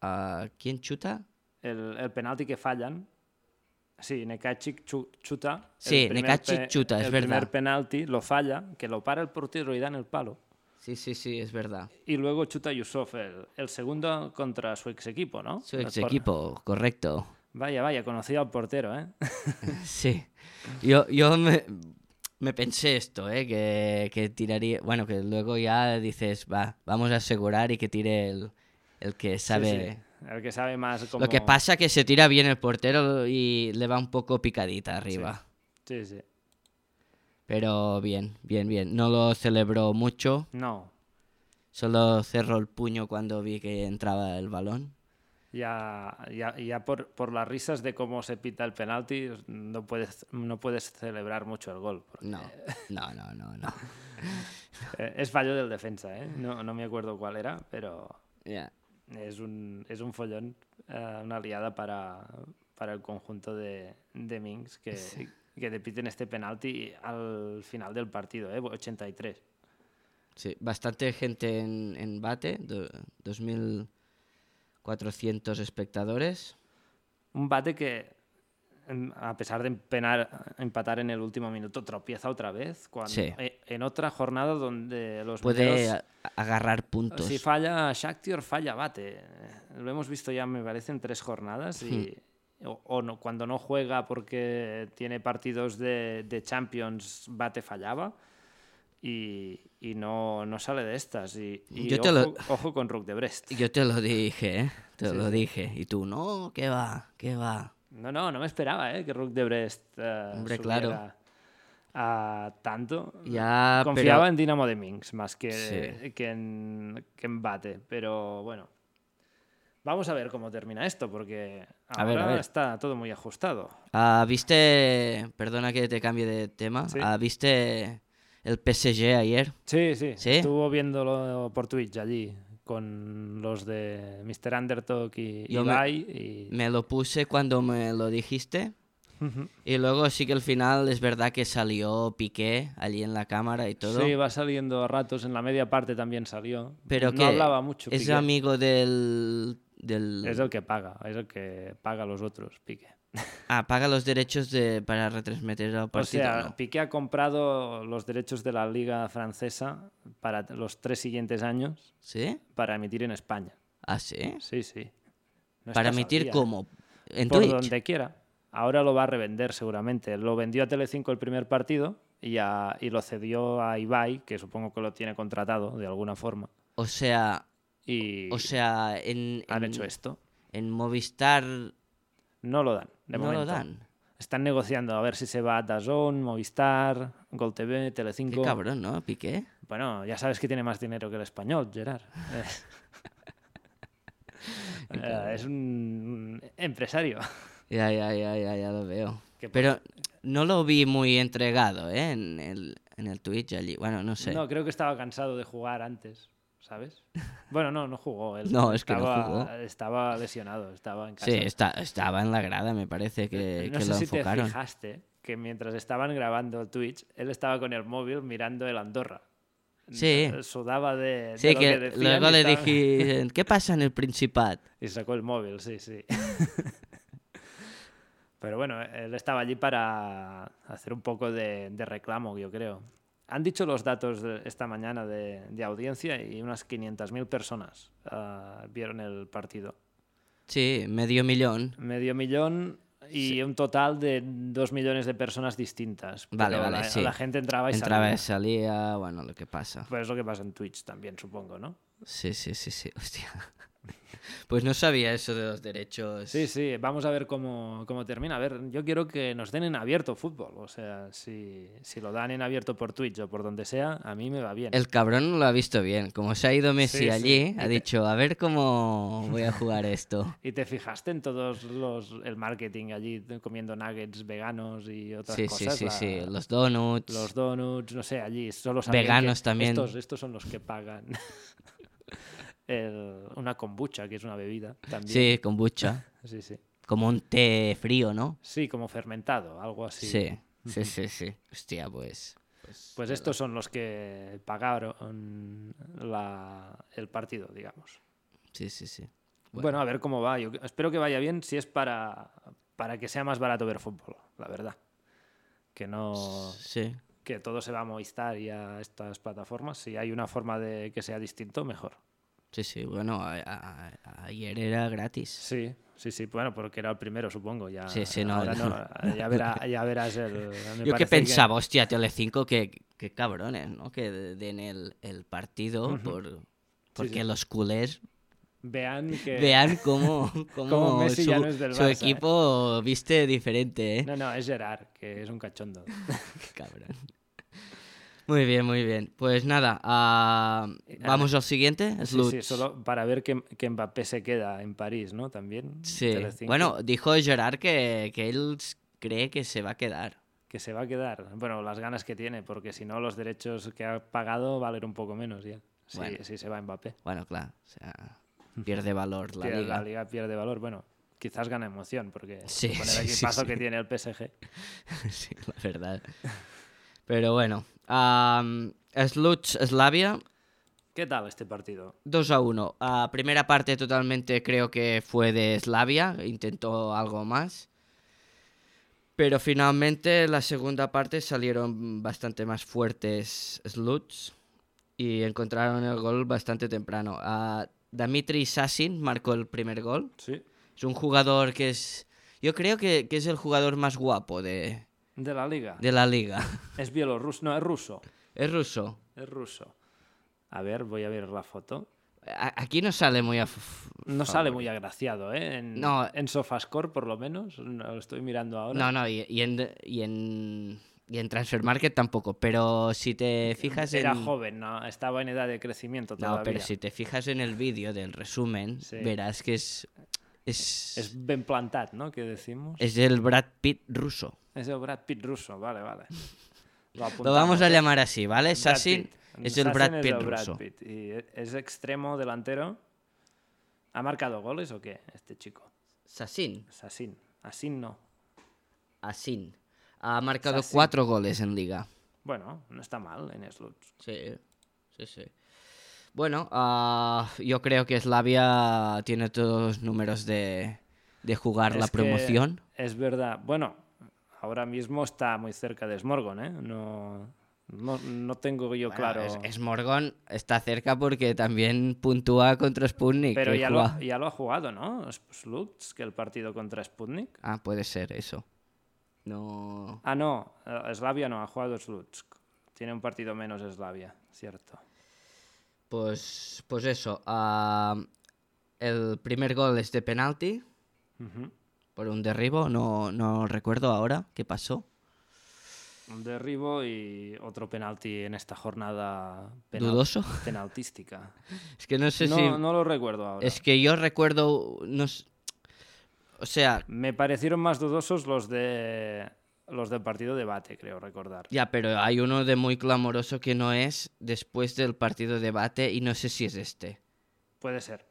Speaker 2: ah, ¿Quién chuta?
Speaker 1: El, el penalti que fallan. Sí, Nekacic chu- chuta. el
Speaker 2: Sí,
Speaker 1: primer
Speaker 2: Nekacic
Speaker 1: pe-
Speaker 2: chuta, es
Speaker 1: el primer
Speaker 2: verdad.
Speaker 1: penalti lo falla, que lo para el portero y da en el palo.
Speaker 2: Sí, sí, sí, es verdad.
Speaker 1: Y luego chuta Yusuf, el, el segundo contra su ex equipo, ¿no?
Speaker 2: Su
Speaker 1: El
Speaker 2: ex
Speaker 1: por-
Speaker 2: equipo, correcto.
Speaker 1: Vaya, vaya, conocido al portero, ¿eh?
Speaker 2: Sí. Yo, yo me, me pensé esto, ¿eh? Que, que tiraría. Bueno, que luego ya dices, va, vamos a asegurar y que tire el, el que sabe.
Speaker 1: Sí, sí, El que sabe más cómo...
Speaker 2: Lo que pasa que se tira bien el portero y le va un poco picadita arriba.
Speaker 1: Sí, sí.
Speaker 2: Pero bien, bien, bien. No lo celebró mucho.
Speaker 1: No,
Speaker 2: Solo cerró el puño cuando vi que entraba el balón.
Speaker 1: ya, ya, ya por, por las risas de cómo se pita el penalti, no puedes, no puedes celebrar mucho el gol. porque,
Speaker 2: No, no, no, no, no.
Speaker 1: eh, es fallo del defensa, ¿eh? No, no me acuerdo cuál era, pero
Speaker 2: Ya.
Speaker 1: es un, es un follón, eh, una liada para, para el conjunto de, de Minx, que, y que te piten este penalti al final del partido, ¿eh? 83.
Speaker 2: Sí, bastante gente en, en bate, do- 2.400 espectadores.
Speaker 1: Un bate que, en- a pesar de empenar- empatar en el último minuto, tropieza otra vez. Cuando,
Speaker 2: Sí.
Speaker 1: e- En otra jornada donde los
Speaker 2: Puede
Speaker 1: meteos-
Speaker 2: a- agarrar puntos.
Speaker 1: Si falla Shakhtar, falla Bate. Lo hemos visto ya, me parece, en tres jornadas. Y,
Speaker 2: Hmm.
Speaker 1: o, o no, cuando no juega porque tiene partidos de, de Champions, Bate fallaba. Y, y no, no sale de estas. Y, y
Speaker 2: Yo
Speaker 1: ojo,
Speaker 2: te lo-
Speaker 1: ojo con Rook de Brest.
Speaker 2: Yo te lo dije, ¿eh? Te
Speaker 1: Sí,
Speaker 2: lo
Speaker 1: sí.
Speaker 2: dije. Y tú, no, ¿qué va? ¿Qué va?
Speaker 1: No, no, no me esperaba eh, que Rook de Brest eh,
Speaker 2: Hombre,
Speaker 1: subiera
Speaker 2: claro.
Speaker 1: a tanto. Mm.
Speaker 2: Ya,
Speaker 1: Confiaba
Speaker 2: Ah, pero...
Speaker 1: en Dinamo de Minsk más que,
Speaker 2: Sí.
Speaker 1: que, en, que en Bate, pero bueno. Vamos a ver cómo termina esto, porque ahora
Speaker 2: A ver, a ver.
Speaker 1: está todo muy ajustado.
Speaker 2: Ah, ¿Viste... Perdona que te cambie de tema.
Speaker 1: Sí.
Speaker 2: Ah, ¿Viste el PSG ayer?
Speaker 1: Sí, sí,
Speaker 2: ¿Sí?
Speaker 1: Estuvo viéndolo por Twitch allí con los de Mr. Undertalk y
Speaker 2: Yo me-
Speaker 1: Ibai. y-
Speaker 2: Me lo puse cuando me lo dijiste.
Speaker 1: Ujú.
Speaker 2: Y luego sí que al final es verdad que salió Piqué allí en la cámara y todo.
Speaker 1: Sí, va saliendo a ratos. En la media parte también salió.
Speaker 2: pero
Speaker 1: no
Speaker 2: que
Speaker 1: hablaba mucho.
Speaker 2: Es
Speaker 1: Piqué.
Speaker 2: amigo del... del...
Speaker 1: Es el que paga, es el que paga a los otros, Piqué.
Speaker 2: Ah, paga los derechos de... para retransmitir el
Speaker 1: O
Speaker 2: partido.
Speaker 1: sea,
Speaker 2: ¿no?
Speaker 1: Piqué ha comprado los derechos de la Liga Francesa para los tres siguientes años
Speaker 2: ¿Sí?
Speaker 1: para emitir en España.
Speaker 2: ¿Ah, sí?
Speaker 1: Sí, sí. No
Speaker 2: ¿Para
Speaker 1: estás al
Speaker 2: emitir
Speaker 1: día.
Speaker 2: cómo? ¿En
Speaker 1: Por
Speaker 2: Twitch?
Speaker 1: donde quiera. Ahora lo va a revender seguramente. Lo vendió a Telecinco el primer partido y, a- y lo cedió a Ibai, que supongo que lo tiene contratado de alguna forma.
Speaker 2: O sea,
Speaker 1: Y
Speaker 2: o sea, en,
Speaker 1: han
Speaker 2: en-
Speaker 1: hecho esto.
Speaker 2: en Movistar
Speaker 1: No lo dan. De
Speaker 2: no
Speaker 1: momento.
Speaker 2: lo dan.
Speaker 1: Están negociando a ver si se va a DAZN, Movistar, Gol TV,
Speaker 2: Qué
Speaker 1: Telecinco.
Speaker 2: cabrón, ¿no, Piqué?
Speaker 1: Bueno, ya sabes que tiene más dinero que el español, Gerard. Eh, eh, es un empresario.
Speaker 2: Ya, ya, ya, ya, ya lo veo.
Speaker 1: Que
Speaker 2: Pero no lo vi muy entregado, ¿eh? En el, en el Twitch allí. Bueno, no sé.
Speaker 1: No, creo que estaba cansado de jugar antes, ¿sabes? Bueno, no, no jugó. Él
Speaker 2: No, es que no
Speaker 1: estaba,
Speaker 2: jugó.
Speaker 1: Estaba lesionado, estaba en casa. Eh,
Speaker 2: sí, está, estaba en la grada, me parece que,
Speaker 1: no
Speaker 2: que
Speaker 1: sé
Speaker 2: lo
Speaker 1: si te
Speaker 2: enfocaron.
Speaker 1: fijaste que mientras estaban grabando el Twitch, él estaba con el móvil mirando el Andorra.
Speaker 2: Sí.
Speaker 1: Eh, Sudaba de, de
Speaker 2: Sí,
Speaker 1: lo
Speaker 2: que,
Speaker 1: que decían
Speaker 2: luego
Speaker 1: y
Speaker 2: le
Speaker 1: estaba-
Speaker 2: dije, ¿qué pasa en el Principat?
Speaker 1: Y sacó el móvil, sí, sí. Pero bueno, él estaba allí para hacer un poco de, de reclamo, yo creo. Han dicho los datos de esta mañana de, de audiencia y unas 500.000 personas ah, vieron el partido.
Speaker 2: Sí, medio millón.
Speaker 1: Medio millón y un total de dos millones de personas distintas.
Speaker 2: Vale,
Speaker 1: Pero
Speaker 2: vale,
Speaker 1: la,
Speaker 2: sí.
Speaker 1: la gente entraba y
Speaker 2: Entraba y
Speaker 1: salía.
Speaker 2: salía, bueno, lo que pasa.
Speaker 1: Pues es lo que pasa en Twitch también, supongo, ¿no?
Speaker 2: Sí, sí, sí, sí, hostia. Pues no sabía eso de los derechos.
Speaker 1: Sí, sí, vamos a ver cómo, cómo termina. A ver, yo quiero que nos den en abierto fútbol. O sea, si, si lo dan en abierto por Twitch o por donde sea, a mí me va bien.
Speaker 2: El cabrón no lo ha visto bien. Como se ha ido Messi
Speaker 1: Sí, sí.
Speaker 2: allí, ha dicho, a ver cómo voy a jugar esto.
Speaker 1: ¿Y te fijaste en todos los el marketing allí de- comiendo nuggets veganos y otras
Speaker 2: Sí, sí,
Speaker 1: cosas?
Speaker 2: sí,
Speaker 1: La-
Speaker 2: sí. Los donuts.
Speaker 1: Los donuts, no sé, allí solo sabían que
Speaker 2: Veganos también.
Speaker 1: Estos, estos son los que pagan. el- una kombucha, que es una bebida también.
Speaker 2: Sí, kombucha.
Speaker 1: Sí, sí.
Speaker 2: Como un té frío, ¿no?
Speaker 1: Sí, como fermentado, algo así.
Speaker 2: Sí, sí, sí, sí. Hostia, pues.
Speaker 1: Pues estos son los que pagaron la- el partido, digamos.
Speaker 2: Sí, sí, sí.
Speaker 1: Bueno. a ver cómo va. Yo espero que vaya bien si es para, para que sea más barato ver fútbol, la verdad. Que no
Speaker 2: Sí.
Speaker 1: que todo se va a Movistar y a estas plataformas. Si hay una forma de que sea distinto, mejor.
Speaker 2: Sí, sí, bueno, a- a- a- ayer era gratis.
Speaker 1: Sí, sí, sí. Bueno, porque era el primero, supongo. Ya,
Speaker 2: Sí, sí, no,
Speaker 1: ahora
Speaker 2: no.
Speaker 1: no, ya, verá- ya verás el... me
Speaker 2: Yo que
Speaker 1: parece
Speaker 2: pensaba, hostia, Telecinco, que, que cabrones, ¿no? Que de- den el, el partido por, porque los culés
Speaker 1: Vean que...
Speaker 2: vean cómo, cómo
Speaker 1: Eh. Cómo Messi
Speaker 2: su,
Speaker 1: ya no es del
Speaker 2: su
Speaker 1: Barça, ¿eh?
Speaker 2: equipo viste diferente, ¿eh?
Speaker 1: No, no, es Gerard, que es un cachondo.
Speaker 2: Qué Cabrón. Muy bien, muy bien. Pues nada, ah, vamos al siguiente.
Speaker 1: Eh, Sí,
Speaker 2: Sluts.
Speaker 1: sí, solo para ver que, que Mbappé se queda en París, ¿no? También.
Speaker 2: Sí.
Speaker 1: Telecinco,
Speaker 2: Bueno, dijo Gerard que, que él s- cree que se va a quedar.
Speaker 1: Que se va a quedar. Bueno, las ganas que tiene, porque si no, los derechos que ha pagado valer un poco menos ya. Si,
Speaker 2: Bueno.
Speaker 1: si se va Mbappé.
Speaker 2: Bueno, claro, o sea, pierde valor la
Speaker 1: Pierde-
Speaker 2: liga.
Speaker 1: pierde valor. Bueno, quizás gana emoción, porque
Speaker 2: Sí,
Speaker 1: con
Speaker 2: sí,
Speaker 1: el
Speaker 2: sí,
Speaker 1: equipazo
Speaker 2: sí.
Speaker 1: que tiene el PSG.
Speaker 2: sí, la verdad. Pero bueno. am, Sluts, Slavia,
Speaker 1: ¿Qué tal este partido?
Speaker 2: 2 a 1. Ah, primera parte totalmente creo que fue de Slavia, intentó algo más. Pero finalmente la segunda parte salieron bastante más fuertes Sluts y encontraron el gol bastante temprano. Ah, Dimitri Sassin marcó el primer gol.
Speaker 1: Sí.
Speaker 2: Es un jugador que es... Yo creo que, que es el jugador más guapo de,
Speaker 1: De la liga.
Speaker 2: de la liga.
Speaker 1: Es bielorruso. No, es ruso.
Speaker 2: Es ruso.
Speaker 1: Es ruso. A ver, voy a ver la foto.
Speaker 2: A- aquí no sale muy a... f-
Speaker 1: No sale muy agraciado, ¿eh? En,
Speaker 2: No.
Speaker 1: en Sofascore, por lo menos. no, Lo estoy mirando ahora.
Speaker 2: No, no, y, y en, y, en, y en Transfer Market tampoco, pero si te fijas
Speaker 1: Era
Speaker 2: en...
Speaker 1: joven, ¿no? Estaba en edad de crecimiento
Speaker 2: No,
Speaker 1: todavía.
Speaker 2: pero si te fijas en el vídeo del resumen,
Speaker 1: Sí.
Speaker 2: verás que es, es, es...
Speaker 1: Es Ben Plantat, ¿no? Que decimos.
Speaker 2: el Brad Pitt ruso.
Speaker 1: Es el Brad Pitt ruso, vale, vale. Lo,
Speaker 2: Lo
Speaker 1: apuntamos,
Speaker 2: vamos a
Speaker 1: ¿eh?
Speaker 2: llamar así, ¿vale?
Speaker 1: Brad
Speaker 2: Sassin
Speaker 1: Pitt.
Speaker 2: es el
Speaker 1: Sassin
Speaker 2: Brad Pitt
Speaker 1: el Brad
Speaker 2: ruso.
Speaker 1: Pitt. Y e- es extremo delantero. ¿Ha marcado goles o qué este chico?
Speaker 2: Sassin,
Speaker 1: Sassin. Asin no.
Speaker 2: Asin. Ha marcado
Speaker 1: Sassin.
Speaker 2: cuatro goles en liga.
Speaker 1: Bueno, no está mal en Sluts.
Speaker 2: Sí, sí, sí. Bueno, ah, yo creo que Slavia tiene todos los números de, de jugar la
Speaker 1: Es que
Speaker 2: promoción.
Speaker 1: Es verdad. Bueno, ahora mismo está muy cerca de Smorgon, ¿eh? No, no, no tengo yo claro.
Speaker 2: Es, es Morgón está cerca porque también puntúa contra Sputnik.
Speaker 1: Pero
Speaker 2: que
Speaker 1: ya lo,
Speaker 2: juega-
Speaker 1: ya lo ha jugado, ¿no? Sluts, que el partido contra Sputnik.
Speaker 2: Ah, puede ser eso. No.
Speaker 1: Ah, no, eh, Slavia no, ha jugado Slutsk. Tiene un partido menos Slavia, cierto.
Speaker 2: Pues, pues eso. ah, el primer gol es de penalti
Speaker 1: Ujú.
Speaker 2: por un derribo. No, no recuerdo ahora qué pasó.
Speaker 1: Un derribo y otro penalti en esta jornada penal-
Speaker 2: Dudoso.
Speaker 1: penaltística.
Speaker 2: Es que no sé
Speaker 1: no,
Speaker 2: si.
Speaker 1: no lo recuerdo ahora.
Speaker 2: Es que yo recuerdo. No s- O sea,
Speaker 1: Me parecieron más dudosos los de los del partido de bate, creo recordar.
Speaker 2: ya, pero hay uno de muy clamoroso que no es después del partido de bate y no sé si es este.
Speaker 1: Puede ser.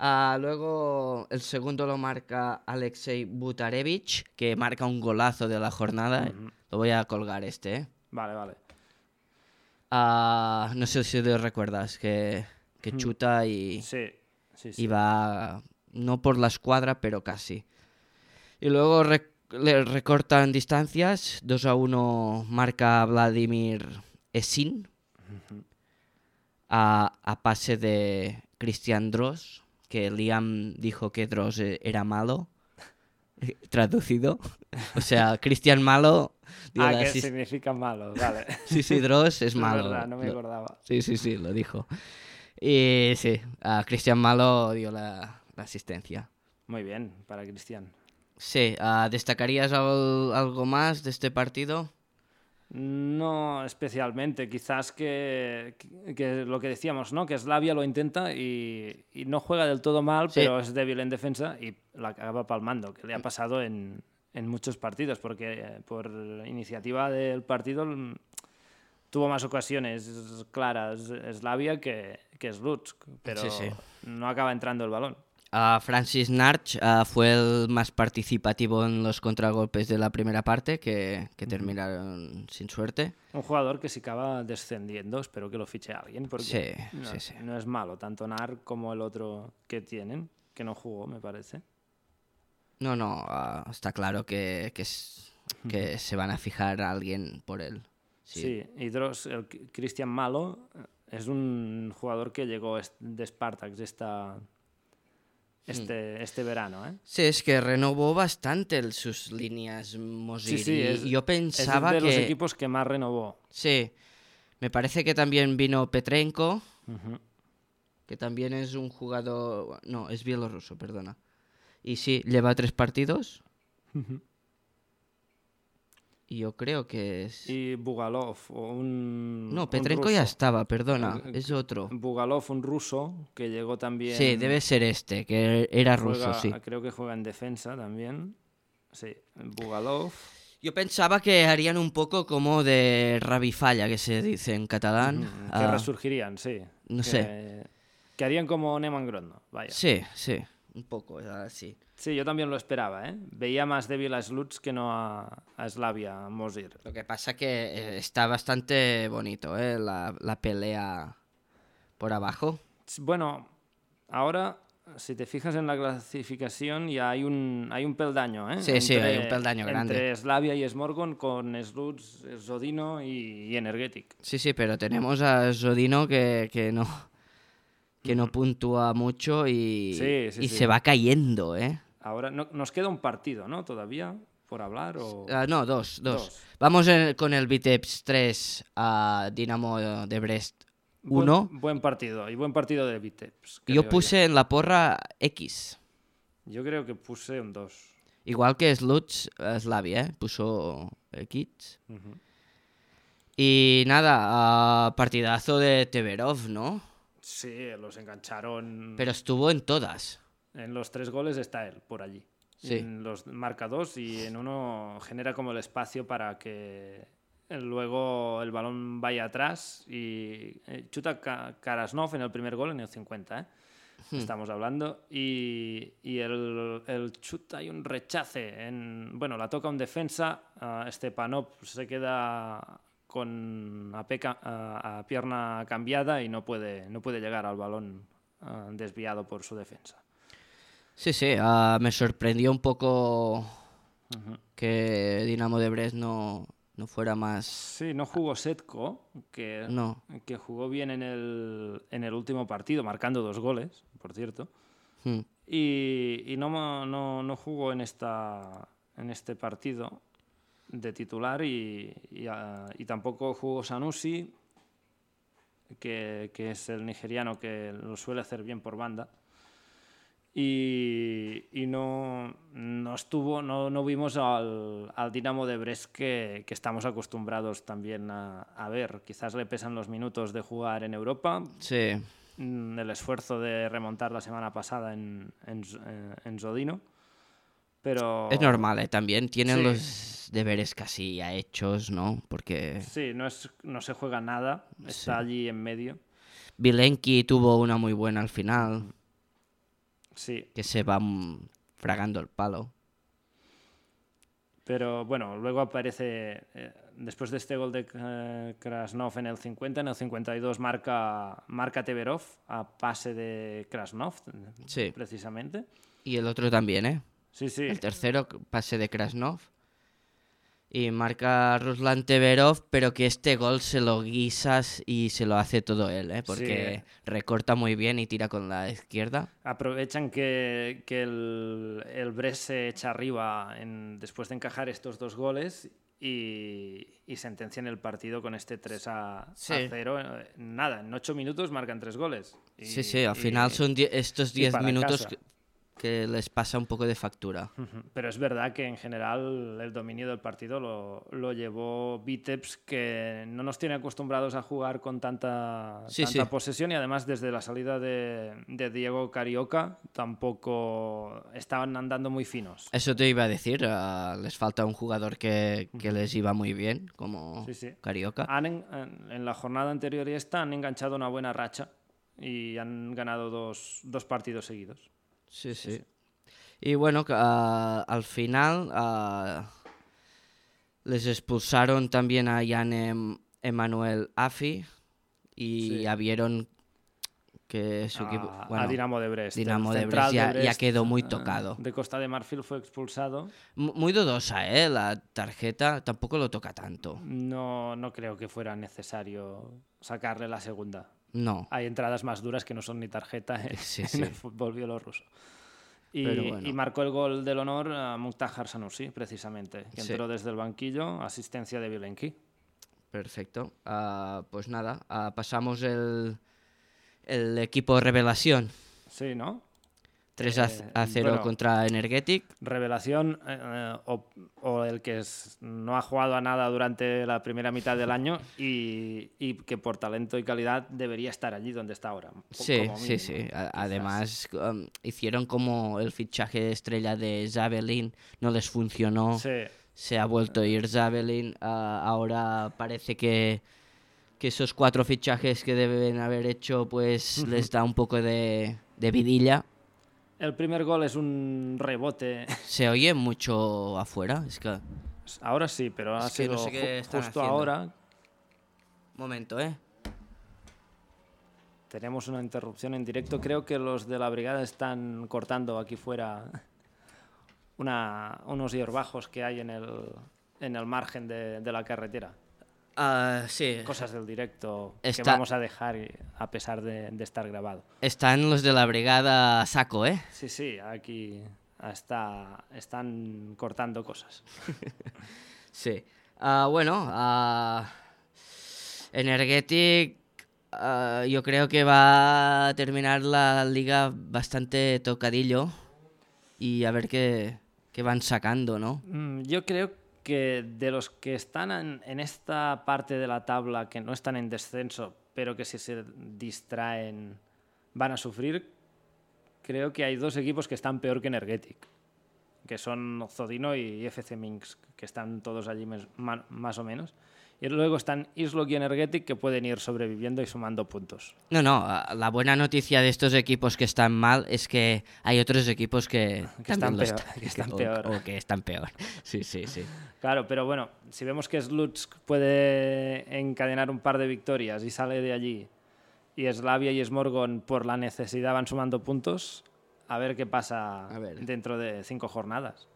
Speaker 2: Ah, luego el segundo lo marca Alexei Butarevich, que marca un golazo de la jornada. Lo voy a colgar este. ¿eh?
Speaker 1: Vale, vale.
Speaker 2: Ah, no sé si lo recuerdas, que, que chuta y,
Speaker 1: Sí, sí, sí.
Speaker 2: y va no por la escuadra, pero casi. Y luego rec- le recortan distancias. 2 a 1 marca Vladimir Esin a, a pase de Cristian Dross, que Liam dijo que Dross eh, era malo. Traducido. O sea, Cristian malo. dio
Speaker 1: Ah,
Speaker 2: la
Speaker 1: que
Speaker 2: asis-
Speaker 1: significa malo, vale.
Speaker 2: Sí, sí, Dross es malo.
Speaker 1: Es verdad, no me
Speaker 2: Lo-
Speaker 1: acordaba.
Speaker 2: Sí, sí, sí, lo dijo. Y sí, a Cristian Malo dio la, la asistencia.
Speaker 1: Muy bien, para Cristian.
Speaker 2: Sí, ah, ¿destacarías al- algo más de este partido?
Speaker 1: No especialmente, quizás que, que lo que decíamos, ¿no? Que Slavia lo intenta y, y no juega del todo mal,
Speaker 2: Sí. Mm.
Speaker 1: pero es débil en defensa y la acaba palmando, que le ha pasado en, en muchos partidos, porque eh, por iniciativa del partido mm, tuvo más ocasiones claras Slavia que, que Slutsk, pero
Speaker 2: Sí, sí.
Speaker 1: no acaba entrando el balón.
Speaker 2: Ah, Francis Narch ah, fue el más participativo en los contragolpes de la primera parte, que, que terminaron sin suerte.
Speaker 1: Un jugador que si acaba descendiendo, espero que lo fiche alguien, porque
Speaker 2: Sí,
Speaker 1: no,
Speaker 2: sí, sí.
Speaker 1: no es malo, tanto Nar como el otro que tienen, que no jugó, me parece.
Speaker 2: No, no, ah, está claro que, que, es- que se van a fijar a alguien por él.
Speaker 1: Sí, y Dross, el C- Cristian Malo, eh, es un jugador que llegó est- de Spartax esta, este,
Speaker 2: Hmm.
Speaker 1: este verano, ¿eh?
Speaker 2: Sí, es que renovó bastante el- sus líneas Mosiri.
Speaker 1: es-
Speaker 2: Yo
Speaker 1: Es
Speaker 2: pensaba
Speaker 1: de los
Speaker 2: que...
Speaker 1: equipos que más renovó.
Speaker 2: Sí, me parece que también vino Petrenko,
Speaker 1: Ujú.
Speaker 2: que también es un jugador... No, es bielorruso, perdona. Y sí, lleva tres partidos. Y yo creo que es...
Speaker 1: Y Bugalov, o un.
Speaker 2: No,
Speaker 1: un
Speaker 2: Petrenko ya
Speaker 1: ruso.
Speaker 2: estaba, perdona, es otro.
Speaker 1: Bugalov, un ruso, que llegó también.
Speaker 2: Sí, debe ser este, que era ruso,
Speaker 1: Juega-
Speaker 2: sí.
Speaker 1: Creo que juega en defensa también. Sí, Bugalov.
Speaker 2: Yo pensaba que harían un poco como de rabifalla, que se dice en catalán.
Speaker 1: Mm, Que
Speaker 2: Ah,
Speaker 1: resurgirían, sí.
Speaker 2: no
Speaker 1: Que-
Speaker 2: sé.
Speaker 1: Que harían como Neman Grondo, vaya.
Speaker 2: Sí, sí. un poco, así.
Speaker 1: Sí, yo también lo esperaba, ¿eh? Veía más débil a Sluts que no a, a Slavia, a Mosir.
Speaker 2: Lo que pasa que eh, está bastante bonito, ¿eh? La, la pelea por abajo.
Speaker 1: Bueno, ahora, si te fijas en la clasificación, ya hay un, hay un peldaño, ¿eh?
Speaker 2: Sí, sí, hay un peldaño grande.
Speaker 1: Entre Slavia y Smorgon con Sluts, Zodino y, y Energetic.
Speaker 2: Sí, sí, pero tenemos a Zodino que, que no que no puntúa mucho y,
Speaker 1: Mm. Sí, sí,
Speaker 2: y
Speaker 1: sí.
Speaker 2: se va cayendo, ¿eh?
Speaker 1: Ahora no- nos queda un partido, ¿no? Todavía por hablar o...
Speaker 2: Ah, no, dos, dos.
Speaker 1: Dos.
Speaker 2: Vamos en- con el Vitebs 3 a Dinamo de Brest 1.
Speaker 1: Buen- Buen, partido y buen partido de Viteps. creo
Speaker 2: Yo puse en la porra X.
Speaker 1: Yo. Yo creo que puse un 2.
Speaker 2: Igual que Sluts, eh, Slavia, ¿eh? puso X. Y nada, ah, partidazo de Teverov, ¿no?
Speaker 1: Sí, los engancharon.
Speaker 2: Pero estuvo en todas.
Speaker 1: En los tres goles está él, por allí.
Speaker 2: Sí.
Speaker 1: En los marca dos y en uno genera como el espacio para que luego el balón vaya atrás y eh, chuta Ka- Karasnov en el primer gol en el 50, ¿eh? estamos hablando, y, y el, el chuta hay un rechace, en, bueno, la toca un defensa, ah, Stepanov se queda con a, peca- a- a pierna cambiada y no puede, no puede llegar al balón ah, desviado por su defensa.
Speaker 2: Sí, sí, ah, me sorprendió un poco que Dinamo de Brest no, no fuera más...
Speaker 1: Sí, no jugó Setko, que,
Speaker 2: No.
Speaker 1: que jugó bien en el, en el último partido, marcando dos goles, por cierto.
Speaker 2: Hmm.
Speaker 1: Y, y no, mo- no, no jugó en, esta, en este partido de titular y, y, ah, y tampoco jugó Sanusi, que, que es el nigeriano que lo suele hacer bien por banda. Y, y no, no estuvo, no, no vimos al, al Dinamo de Brest que, que estamos acostumbrados también a, a ver. Quizás le pesan los minutos de jugar en Europa,
Speaker 2: Sí.
Speaker 1: mm, el esfuerzo de remontar la semana pasada en, en, Z- eh, en Zodino. Pero.
Speaker 2: Es normal, ¿eh? También tienen
Speaker 1: Oh. Sí.
Speaker 2: los deberes casi ya hechos, ¿no? Porque
Speaker 1: Sí, no, es, no se juega nada. Está allí en medio.
Speaker 2: Vilenki tuvo una muy buena al final,
Speaker 1: Sí,
Speaker 2: que se va mm, fragando el palo.
Speaker 1: pero bueno, luego aparece. eh, después de este gol de eh, Krasnov en el 50, en el 52 marca, marca Teverov a pase de Krasnov,
Speaker 2: Sí.
Speaker 1: precisamente.
Speaker 2: Y el otro también, ¿eh?
Speaker 1: Sí, sí.
Speaker 2: El tercero, pase de Krasnov. Y marca Ruslan Teverov, pero que este gol se lo guisas y se lo hace todo él, ¿eh? Porque recorta muy bien y tira con la izquierda.
Speaker 1: Aprovechan que, que el, el Brest se echa arriba en- después de encajar estos dos goles y, y sentencian el partido con este 3 a, a
Speaker 2: Sí.
Speaker 1: 0. Eh, Nada, en 8 minutos marcan tres goles. Y-
Speaker 2: sí, sí, al
Speaker 1: y-
Speaker 2: final son die- estos
Speaker 1: y
Speaker 2: 10
Speaker 1: para
Speaker 2: minutos
Speaker 1: casa.
Speaker 2: que, que les pasa un poco de factura.
Speaker 1: Ujú. Pero es verdad que en general el dominio del partido lo, lo llevó Vitebs, que no nos tiene acostumbrados a jugar con tanta,
Speaker 2: Sí,
Speaker 1: tanta
Speaker 2: sí.
Speaker 1: posesión y además desde la salida de, de Diego Carioca tampoco estaban andando muy finos.
Speaker 2: Eso te iba a decir, ah, les falta un jugador que, que les iba muy bien, como
Speaker 1: Sí, sí.
Speaker 2: Carioca.
Speaker 1: Han en, en- en la jornada anterior y esta han enganchado una buena racha y han ganado dos, dos partidos seguidos.
Speaker 2: sí, sí, Y bueno, que, ah, al final ah, les expulsaron también a Jan Em- Emanuel Afi y
Speaker 1: Sí.
Speaker 2: ya vieron que su equipo...
Speaker 1: A, a
Speaker 2: bueno,
Speaker 1: Dinamo de Brest. el
Speaker 2: Dinamo de
Speaker 1: central
Speaker 2: Brest ya, ya
Speaker 1: Brest,
Speaker 2: quedó muy
Speaker 1: eh,
Speaker 2: tocado.
Speaker 1: De Costa de Marfil fue expulsado.
Speaker 2: M- Muy dudosa, ¿eh? La tarjeta tampoco lo toca tanto.
Speaker 1: No, no creo que fuera necesario sacarle la segunda.
Speaker 2: No.
Speaker 1: Hay entradas más duras que no son ni tarjeta en,
Speaker 2: Sí,
Speaker 1: en
Speaker 2: sí.
Speaker 1: el fútbol bielorruso. Y,
Speaker 2: Pero bueno.
Speaker 1: y marcó el gol del honor a Mukhtar Sanusi, precisamente, que
Speaker 2: Sí.
Speaker 1: entró desde el banquillo, asistencia de Bilenki.
Speaker 2: Perfecto. Ah, pues nada, ah, pasamos el, el equipo Revelación.
Speaker 1: Sí, ¿no?
Speaker 2: 3 a,
Speaker 1: Eh,
Speaker 2: 0
Speaker 1: bueno.
Speaker 2: contra Energetic.
Speaker 1: Revelación eh, eh, o, o el que es- no ha jugado a nada durante la primera mitad del año y, y que por talento y calidad debería estar allí donde está ahora. po-
Speaker 2: Sí,
Speaker 1: como
Speaker 2: sí,
Speaker 1: mínimo,
Speaker 2: sí. A-
Speaker 1: quizás.
Speaker 2: Además, um, hicieron como el fichaje estrella de Zabelin, no les funcionó.
Speaker 1: Sí,
Speaker 2: Se ha vuelto a ir Zabelin. ah, ahora parece que, que esos cuatro fichajes que deben haber hecho, pues les da un poco de, de vidilla.
Speaker 1: El primer gol es un rebote.
Speaker 2: ¿Se oye mucho afuera? Es que...
Speaker 1: Ahora sí, pero ha
Speaker 2: Es que
Speaker 1: sido
Speaker 2: no sé qué
Speaker 1: ju-
Speaker 2: están
Speaker 1: justo
Speaker 2: haciendo.
Speaker 1: ahora.
Speaker 2: Momento, ¿eh?
Speaker 1: Tenemos una interrupción en directo. Creo que los de la brigada están cortando aquí fuera una- unos hierbajos que hay en el, en el margen de, de la carretera.
Speaker 2: Ah, sí.
Speaker 1: Cosas del directo que
Speaker 2: Está-
Speaker 1: vamos a dejar y- a pesar de, de estar grabado.
Speaker 2: Están los de la brigada a saco, ¿eh?
Speaker 1: Sí, sí, aquí está, están cortando cosas.
Speaker 2: Sí. Ah, bueno, ah, Energetic ah, yo creo que va a terminar la liga bastante tocadillo y a ver qué, qué van sacando, ¿no?
Speaker 1: Mm, Yo creo que de los que están en, en esta parte de la tabla, que no están en descenso, pero que si se distraen van a sufrir, creo que hay dos equipos que están peor que Energetic, que son Zodino y FC Minsk, que están todos allí mes- ma- más o menos. Y luego están Islok y Energetic, que pueden ir sobreviviendo y sumando puntos.
Speaker 2: No, no, ah, la buena noticia de estos equipos que están mal es que hay otros equipos que,
Speaker 1: Que
Speaker 2: también
Speaker 1: están
Speaker 2: lo
Speaker 1: peor, que están
Speaker 2: o-
Speaker 1: peor.
Speaker 2: O, que están peor. Sí, sí, sí.
Speaker 1: Claro, pero bueno, si vemos que Slutsk puede encadenar un par de victorias y sale de allí, y Slavia y Smorgon por la necesidad van sumando puntos, a ver qué pasa
Speaker 2: A ver.
Speaker 1: dentro de cinco jornadas.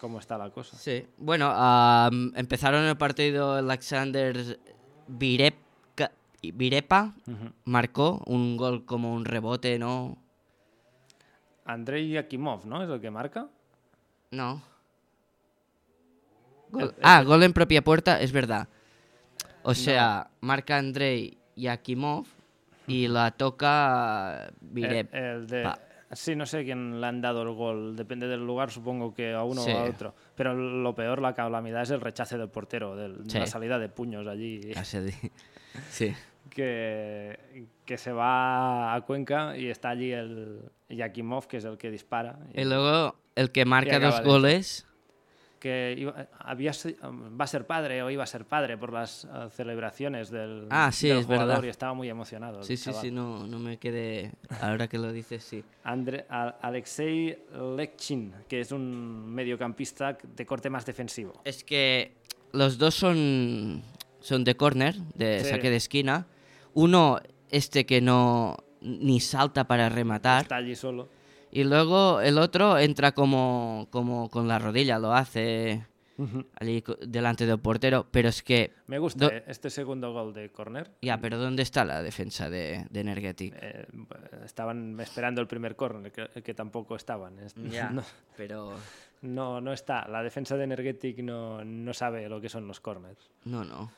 Speaker 1: ¿Cómo está la cosa?
Speaker 2: Sí, bueno, am, empezaron el partido Alexander Virepka- Virepa, marcó un gol como un rebote, ¿no?
Speaker 1: Andrei Yakimov, ¿no? Es el que marca.
Speaker 2: No.
Speaker 1: Eh,
Speaker 2: Gol- Ah, gol en propia puerta, es verdad. O sea, marca Andrei Yakimov y la toca
Speaker 1: El,
Speaker 2: Virep.
Speaker 1: el de-
Speaker 2: Pa.
Speaker 1: Sí, no sé quién le han dado el gol. Depende del lugar, supongo que a uno
Speaker 2: Sí.
Speaker 1: o a otro. Pero lo peor, la calamidad, es el rechace del portero, del-
Speaker 2: Sí.
Speaker 1: la salida de puños allí.
Speaker 2: Así de- Sí.
Speaker 1: que, que se va a Cuenca y está allí el Yakimov, que es el que dispara. y
Speaker 2: Y luego el que marca
Speaker 1: acaba
Speaker 2: dos
Speaker 1: dentro.
Speaker 2: goles.
Speaker 1: que iba- había si- va a ser padre o iba a ser padre por las eh, celebraciones del,
Speaker 2: Ah, sí,
Speaker 1: del
Speaker 2: es
Speaker 1: jugador
Speaker 2: verdad.
Speaker 1: y estaba muy emocionado. el
Speaker 2: Sí, sí,
Speaker 1: chaval.
Speaker 2: sí, no, no me quedé. Ahora que lo dices, sí.
Speaker 1: Andre- a- Alexei Lekchin, que es un mediocampista de corte más defensivo.
Speaker 2: Es que los dos son, son de corner, de
Speaker 1: Sí.
Speaker 2: saque de esquina. Uno, este que no ni salta para rematar.
Speaker 1: Está allí solo.
Speaker 2: Y luego el otro entra como, como con la rodilla, lo hace allí co- delante del portero. Pero es que,
Speaker 1: Me gusta
Speaker 2: Do-
Speaker 1: eh, este segundo gol de córner.
Speaker 2: ya, pero ¿dónde está la defensa de, de Energetic?
Speaker 1: Eh, estaban esperando el primer córner, que, que tampoco estaban. Es- no-
Speaker 2: pero...
Speaker 1: No, no está. La defensa de Energetic no, no sabe lo que son los corners.
Speaker 2: No, no.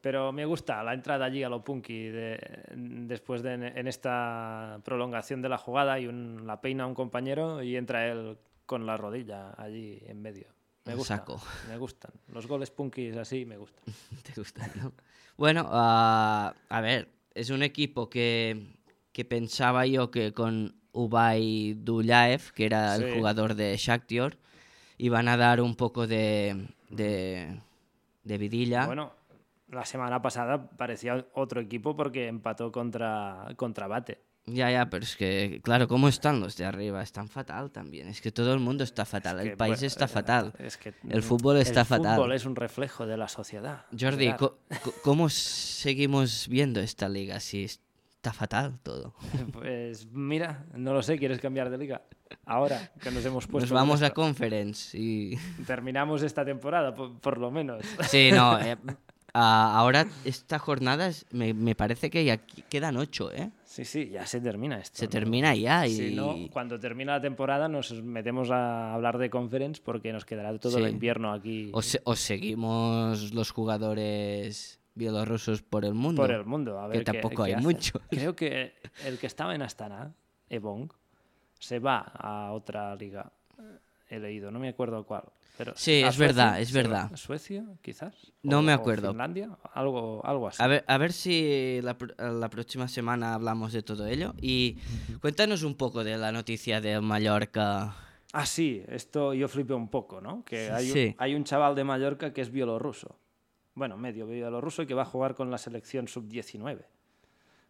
Speaker 1: Pero me gusta la entrada allí a lo punky de- después de en, en esta prolongación de la jugada y un- la peina a un compañero y entra él con la rodilla allí en medio. Me
Speaker 2: El
Speaker 1: gusta.
Speaker 2: saco.
Speaker 1: Me gustan. Los goles punkis así me gustan.
Speaker 2: Te gusta, ¿no? Bueno, ah, a ver, es un equipo que, que pensaba yo que con Ubay Dulaev, que era el
Speaker 1: Sí.
Speaker 2: jugador de Shakhtar, iban a dar un poco de, de, de vidilla.
Speaker 1: Bueno, la semana pasada parecía otro equipo porque empató contra, contra Bate.
Speaker 2: Ya, ya, pero es que, claro, ¿cómo están los de arriba? Están fatal también. Es que todo el mundo está fatal.
Speaker 1: Que,
Speaker 2: el país
Speaker 1: bueno,
Speaker 2: está
Speaker 1: eh,
Speaker 2: fatal.
Speaker 1: es que,
Speaker 2: El
Speaker 1: mm,
Speaker 2: fútbol está fatal.
Speaker 1: El fútbol es un reflejo de la sociedad.
Speaker 2: Jordi,
Speaker 1: Gerard.
Speaker 2: co- co- ¿cómo seguimos viendo esta liga si está fatal todo?
Speaker 1: Pues mira, no lo sé, ¿quieres cambiar de liga? Ahora que nos hemos puesto.
Speaker 2: Nos vamos a
Speaker 1: esto.
Speaker 2: conference y...
Speaker 1: Terminamos esta temporada, por, por lo menos.
Speaker 2: Sí, no. eh, a- ahora, esta jornada es- me, me parece que ya qu- quedan ocho, ¿eh?
Speaker 1: Sí, sí, ya se termina esto.
Speaker 2: Se
Speaker 1: ¿no?
Speaker 2: termina ya y...
Speaker 1: Si no, cuando termina la temporada nos metemos a hablar de conference porque nos quedará todo el
Speaker 2: Sí.
Speaker 1: invierno aquí
Speaker 2: o, se- o seguimos los jugadores bielorrusos por el mundo.
Speaker 1: por el mundo. A
Speaker 2: que
Speaker 1: ver qué- qué
Speaker 2: tampoco hay
Speaker 1: hacen.
Speaker 2: muchos.
Speaker 1: Creo que el que estaba en Astana, Ebong, se va a otra liga. He leído, no me acuerdo cuál. Pero
Speaker 2: Sí,
Speaker 1: ¿a
Speaker 2: es verdad,
Speaker 1: Suecia?
Speaker 2: es
Speaker 1: ¿Se va
Speaker 2: verdad.
Speaker 1: a ¿Suecia, quizás?
Speaker 2: No me
Speaker 1: o
Speaker 2: acuerdo.
Speaker 1: ¿Finlandia? Algo, algo así.
Speaker 2: A ver, a ver si la, pr- la próxima semana hablamos de todo ello. Y cuéntanos un poco de la noticia del Mallorca.
Speaker 1: Ah, sí, esto yo flipé un poco, ¿no? Que hay, un-
Speaker 2: Sí.
Speaker 1: hay un chaval de Mallorca que es bielorruso. Bueno, medio bielorruso y que va a jugar con la selección sub-19.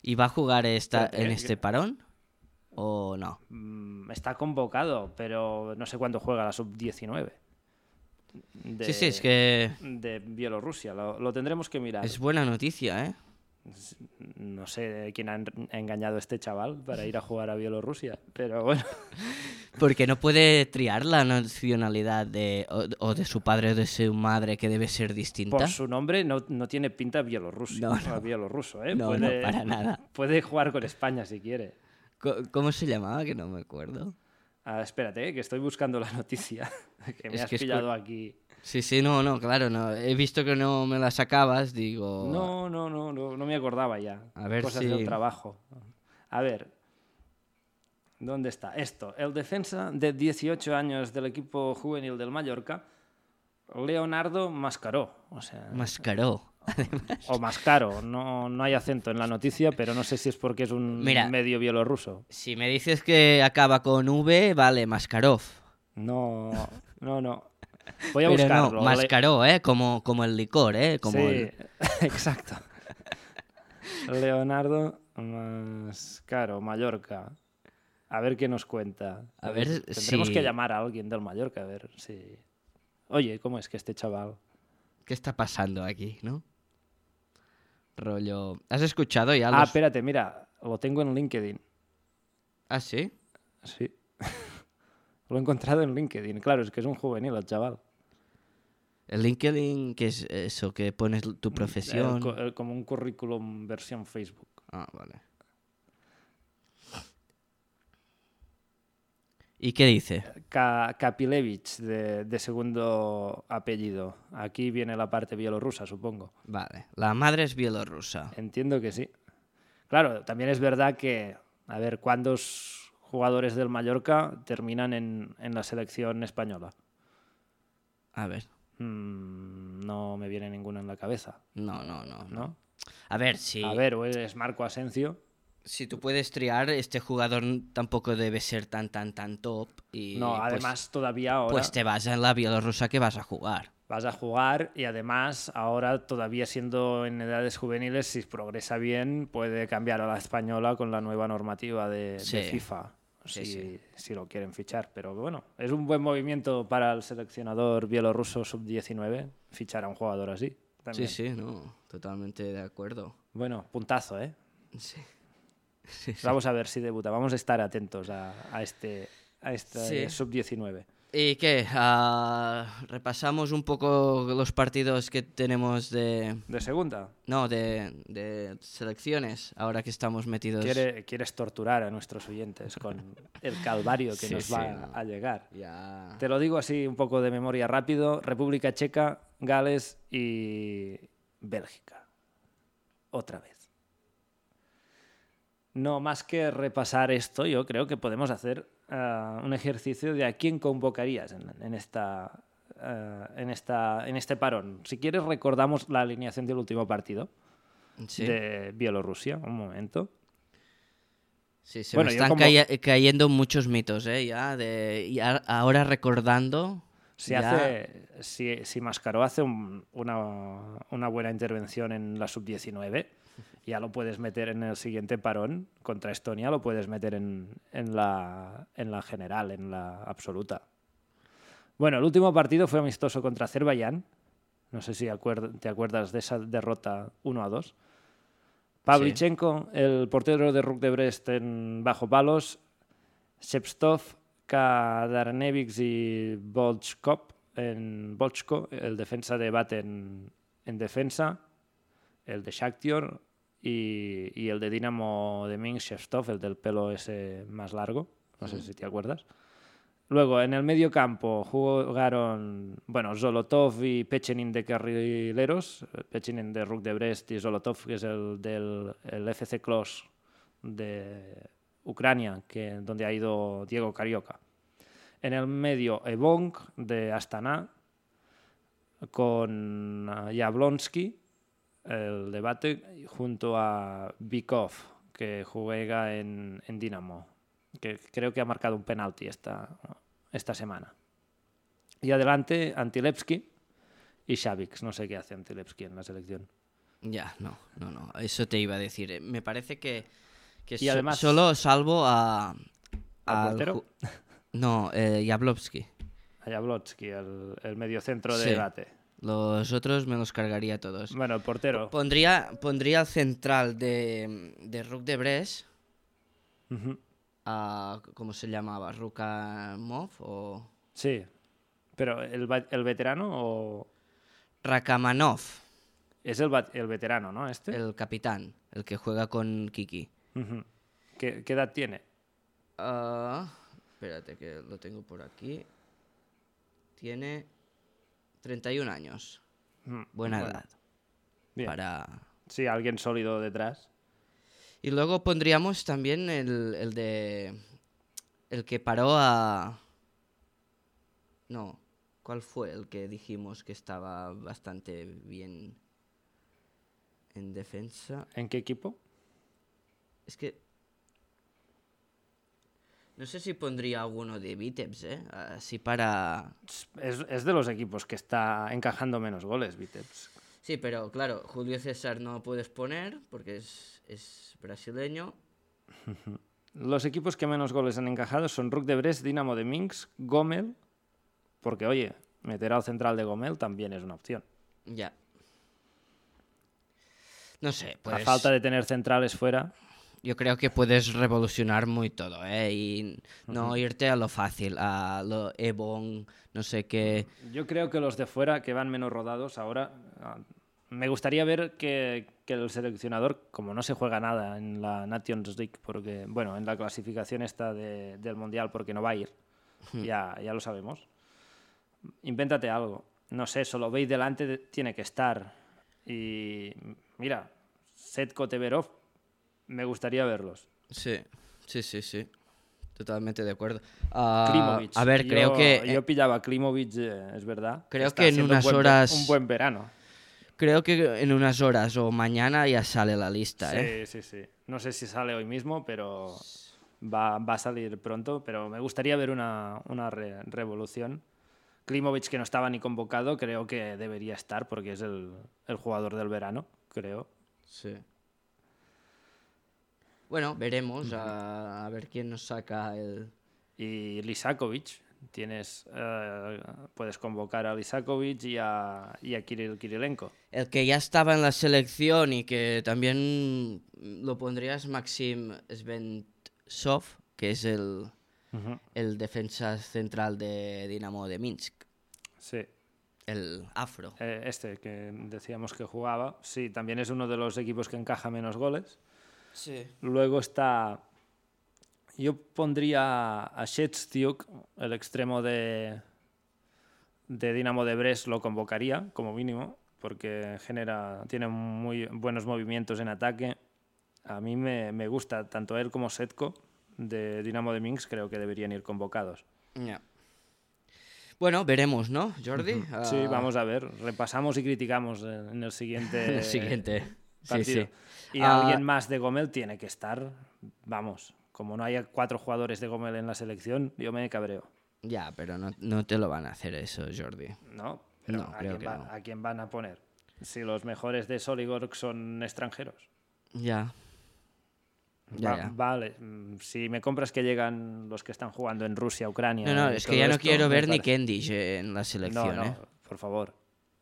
Speaker 2: ¿Y va a jugar esta,
Speaker 1: Espérate,
Speaker 2: en
Speaker 1: que-
Speaker 2: este parón? o no?
Speaker 1: Mm, Está convocado, pero no sé cuándo juega la sub-19. De-
Speaker 2: Sí, sí, es que
Speaker 1: De Bielorrusia, lo, lo tendremos que mirar.
Speaker 2: es buena noticia, ¿eh?
Speaker 1: No sé quién ha en- ha engañado a este chaval para ir a jugar a Bielorrusia, pero bueno.
Speaker 2: Porque no puede triar la nacionalidad de, o, o de su padre o de su madre, que debe ser distinta.
Speaker 1: Por su nombre no, no tiene pinta bielorruso.
Speaker 2: No, no.
Speaker 1: bielorruso ¿eh?
Speaker 2: No,
Speaker 1: puede,
Speaker 2: no, para nada.
Speaker 1: Puede jugar con España si quiere.
Speaker 2: Co- ¿Cómo se llamaba? Que no me acuerdo.
Speaker 1: Ah, espérate, eh, que estoy buscando la noticia. que me
Speaker 2: Es
Speaker 1: has
Speaker 2: que es
Speaker 1: pillado
Speaker 2: por-
Speaker 1: aquí.
Speaker 2: Sí, sí, no, no, claro, no. He visto que no me la sacabas, digo.
Speaker 1: No, no, no, no, no me acordaba ya.
Speaker 2: A ver
Speaker 1: Cosas
Speaker 2: si-
Speaker 1: del trabajo. A ver. ¿Dónde está? Esto. El defensa de 18 años del equipo juvenil del Mallorca, Leonardo Mascaró. O sea,
Speaker 2: Mascaró.
Speaker 1: o Mascaro. No, no hay acento en la noticia, pero no sé si es porque es un
Speaker 2: Mira.
Speaker 1: medio bielorruso.
Speaker 2: Si me dices que acaba con V, vale, Mascarov.
Speaker 1: No, no, no. Voy a
Speaker 2: Pero
Speaker 1: buscarlo.
Speaker 2: no,
Speaker 1: Le-
Speaker 2: Mascaró, ¿eh? Como, como el licor, ¿eh? Como
Speaker 1: sí,
Speaker 2: el-
Speaker 1: exacto. Leonardo Mascaro, Mallorca. A ver qué nos cuenta. Eh,
Speaker 2: A ver
Speaker 1: Tendremos
Speaker 2: si-
Speaker 1: que llamar a alguien del Mallorca, a ver si... Oye, ¿cómo es que este chaval?
Speaker 2: ¿Qué está pasando aquí, no? Rollo. ¿Has escuchado ya
Speaker 1: Ah,
Speaker 2: los-
Speaker 1: espérate, mira, lo tengo en LinkedIn.
Speaker 2: Ah, sí.
Speaker 1: Sí. lo he encontrado en LinkedIn. Claro, es que es un juvenil el chaval.
Speaker 2: El LinkedIn, que es eso, que pones tu
Speaker 1: El
Speaker 2: profesión.
Speaker 1: Mm, eh, co- el- como un currículum versión Facebook.
Speaker 2: Ah, vale. ¿Y qué dice?
Speaker 1: Eh, Ka- Kapilevich, de, de segundo apellido. Aquí viene la parte bielorrusa, supongo.
Speaker 2: Vale. La madre es bielorrusa.
Speaker 1: Entiendo que sí. Claro, también es verdad que, a ver, ¿cuántos jugadores del Mallorca terminan en, en la selección española?
Speaker 2: A ver.
Speaker 1: Mm, no me viene ninguno en la cabeza,
Speaker 2: No, no, no. no.
Speaker 1: ¿no?
Speaker 2: A ver, si,
Speaker 1: A ver, o es Marco Asensio.
Speaker 2: si tú puedes triar, este jugador n- tampoco debe ser tan, tan, tan top. Y
Speaker 1: No,
Speaker 2: pues-
Speaker 1: además todavía ahora
Speaker 2: Pues, te vas en la bielorrusa que vas a jugar.
Speaker 1: vas a jugar y además ahora todavía siendo en edades juveniles, si progresa bien, puede cambiar a la española con la nueva normativa de, de
Speaker 2: Sí.
Speaker 1: FIFA.
Speaker 2: Sí,
Speaker 1: si,
Speaker 2: sí.
Speaker 1: si lo quieren fichar, pero bueno, es un buen movimiento para el seleccionador bielorruso sub-19 fichar a un jugador así. También.
Speaker 2: Sí, sí, no. Totalmente de acuerdo.
Speaker 1: Bueno, puntazo, ¿eh?
Speaker 2: Sí.
Speaker 1: Vamos a ver si debuta, vamos a estar atentos a, a este, a este
Speaker 2: Sí.
Speaker 1: sub-19.
Speaker 2: ¿Y qué? Ah, repasamos un poco los partidos que tenemos de.
Speaker 1: De segunda,
Speaker 2: No, de, de selecciones, ahora que estamos metidos.
Speaker 1: quiere- quieres torturar a nuestros oyentes con el calvario que
Speaker 2: Sí,
Speaker 1: nos
Speaker 2: sí,
Speaker 1: va
Speaker 2: no.
Speaker 1: a llegar.
Speaker 2: Ya.
Speaker 1: Te lo digo así un poco de memoria rápido. República Checa, Gales y Bélgica. Otra vez. No, más que repasar esto, yo creo que podemos hacer ah, un ejercicio de a quién convocarías en, en esta, ah, en, esta, en este parón. Si quieres, recordamos la alineación del último partido
Speaker 2: Sí,
Speaker 1: de Bielorrusia. Un momento.
Speaker 2: sí, se
Speaker 1: bueno,
Speaker 2: me
Speaker 1: yo
Speaker 2: están
Speaker 1: como-
Speaker 2: caya- cayendo muchos mitos, ¿eh? Ya, de... y a- ahora recordando.
Speaker 1: Si,
Speaker 2: ya-
Speaker 1: hace, si, si Mascaró hace un- una, una buena intervención en la sub-19, ya lo puedes meter en el siguiente parón contra Estonia, lo puedes meter en, en la, en la general, en la absoluta. Bueno, el último partido fue amistoso contra Azerbaiyán. No sé si acuer- te acuerdas de esa derrota 1 a 2. Pavlichenko, el portero de Rook de Brest en bajo palos, Shepstov, Kadarnevics y Bolchkov en Bolchko, el defensa de Bat en, en defensa, el de Shaktior y, y el de Dinamo de Minsk, Shepstov, el del pelo ese más largo, no sé si te acuerdas. Luego, en el medio campo jugaron, bueno, Zolotov y Pechenin de carrileros, Pechenin de Rook de Brest y Zolotov, que es el del el FC Klos de Ucrania, que, donde ha ido Diego Carioca. En el medio, Ebong de Astana, con eh, Jablonski, el debate, junto a Bikov, que juega en, en Dinamo, que creo que ha marcado un penalti esta, esta semana. Y adelante, Antilevski y Xavix. No sé qué hace Antilevski en la selección.
Speaker 2: Ya, no, no, no. Eso te iba a decir. eh, Me parece que, Que
Speaker 1: Y
Speaker 2: so-
Speaker 1: además-
Speaker 2: solo salvo a... al
Speaker 1: portero?
Speaker 2: ju- No, eh, Jablowski.
Speaker 1: A Jablotsky, el, el mediocentro de
Speaker 2: Sí.
Speaker 1: debate.
Speaker 2: Los otros me los cargaría todos.
Speaker 1: Bueno, el portero.
Speaker 2: Pondría, pondría al central de, de Rook de Bres
Speaker 1: Ujú.
Speaker 2: a... ¿Cómo se llamaba? ¿Rukamov o...?
Speaker 1: Sí. Pero el, va- el veterano o...
Speaker 2: Rakamanov,
Speaker 1: Es el, va- el veterano, ¿no? Este.
Speaker 2: el capitán, el que juega con Kiki.
Speaker 1: Ujú. ¿Qué, qué edad tiene?
Speaker 2: Ah, espérate que lo tengo por aquí. Tiene 31 años.
Speaker 1: Mm,
Speaker 2: Buena
Speaker 1: bueno,
Speaker 2: edad.
Speaker 1: bien.
Speaker 2: Para...
Speaker 1: Sí, alguien sólido detrás.
Speaker 2: Y luego pondríamos también el, el de... El que paró a... No, ¿cuál fue el que dijimos que estaba bastante bien en defensa?
Speaker 1: ¿En qué equipo?
Speaker 2: Es que... No sé si pondría alguno de Vitebs, ¿eh? Así para...
Speaker 1: Es, es de los equipos que está encajando menos goles, Vitebs.
Speaker 2: Sí, pero claro, Julio César no lo puedes poner porque es, es brasileño.
Speaker 1: Los equipos que menos goles han encajado son Rook de Brest, Dinamo de Minsk, Gomel, porque oye, meter al central de Gomel también es una opción.
Speaker 2: Ya. No sé, pues...
Speaker 1: A falta de tener centrales fuera,
Speaker 2: Yo creo que puedes revolucionar muy todo, ¿eh? Y no irte a lo fácil, a lo Ebon, no sé qué.
Speaker 1: yo creo que los de fuera que van menos rodados ahora... ah, Me gustaría ver que, que el seleccionador, como no se juega nada en la Nations League, porque, bueno, en la clasificación esta de- del Mundial, porque no va a ir,
Speaker 2: Hmm.
Speaker 1: ya, ya lo sabemos, invéntate algo. No sé, solo veis delante de- tiene que estar. Y mira, Setko Teverov, me gustaría verlos.
Speaker 2: Sí, sí, sí, sí. Totalmente de acuerdo. Ah,
Speaker 1: Klimovic.
Speaker 2: a ver, creo
Speaker 1: Yo-
Speaker 2: que...
Speaker 1: Yo pillaba Klimovic, eh, es verdad.
Speaker 2: creo
Speaker 1: Está
Speaker 2: que en
Speaker 1: haciendo un
Speaker 2: unas
Speaker 1: buen ve-
Speaker 2: horas-
Speaker 1: Un buen verano.
Speaker 2: Creo que en unas horas o mañana ya sale la lista, ¿eh?
Speaker 1: Sí, sí, sí. No sé si sale hoy mismo, pero va, va a salir pronto. Pero me gustaría ver una, una re- revolución. Klimovic, que no estaba ni convocado, creo que debería estar porque es el, el jugador del verano, creo.
Speaker 2: Sí. Bueno, veremos a, a ver quién nos saca el...
Speaker 1: Y Lisakovic, tienes, eh, puedes convocar a Lisakovic y a, y a Kirill Kirilenko.
Speaker 2: El que ya estaba en la selección y que también lo pondrías Maxim Sventsov, que es el, el defensa central de Dinamo de Minsk,
Speaker 1: Sí,
Speaker 2: el afro.
Speaker 1: eh, este que decíamos que jugaba. Sí, también es uno de los equipos que encaja menos goles.
Speaker 2: Sí.
Speaker 1: Luego está. Yo pondría a Shetstuk, el extremo de, de Dinamo de Brest, lo convocaría, como mínimo, porque genera, tiene muy buenos movimientos en ataque. A mí me, me gusta tanto él como Setko de Dinamo de Minsk, creo que deberían ir convocados.
Speaker 2: Bueno, veremos, ¿no, Jordi?
Speaker 1: Sí,
Speaker 2: Ah,
Speaker 1: vamos a ver, repasamos y criticamos en en el siguiente,
Speaker 2: El siguiente. Sí,
Speaker 1: partido.
Speaker 2: sí.
Speaker 1: Y
Speaker 2: Ah,
Speaker 1: alguien más de Gomel tiene que estar, vamos, como no haya cuatro jugadores de Gomel en la selección, yo me cabreo,
Speaker 2: Ya, pero no, no te lo van a hacer eso, Jordi.
Speaker 1: ¿no? Pero
Speaker 2: No,
Speaker 1: ¿a,
Speaker 2: creo
Speaker 1: quién
Speaker 2: que
Speaker 1: va-
Speaker 2: no.
Speaker 1: a quién van a poner? Si los mejores de Soligorg son extranjeros.
Speaker 2: Ya. Ya,
Speaker 1: Va-
Speaker 2: ya.
Speaker 1: Vale, mm, si me compras que llegan los que están jugando en Rusia, Ucrania.
Speaker 2: No, no,
Speaker 1: y
Speaker 2: es que
Speaker 1: todo
Speaker 2: ya no
Speaker 1: esto,
Speaker 2: quiero
Speaker 1: me
Speaker 2: ver ni
Speaker 1: parece-
Speaker 2: Kendish eh, en la
Speaker 1: No,
Speaker 2: selección,
Speaker 1: no,
Speaker 2: ¿eh?
Speaker 1: por favor.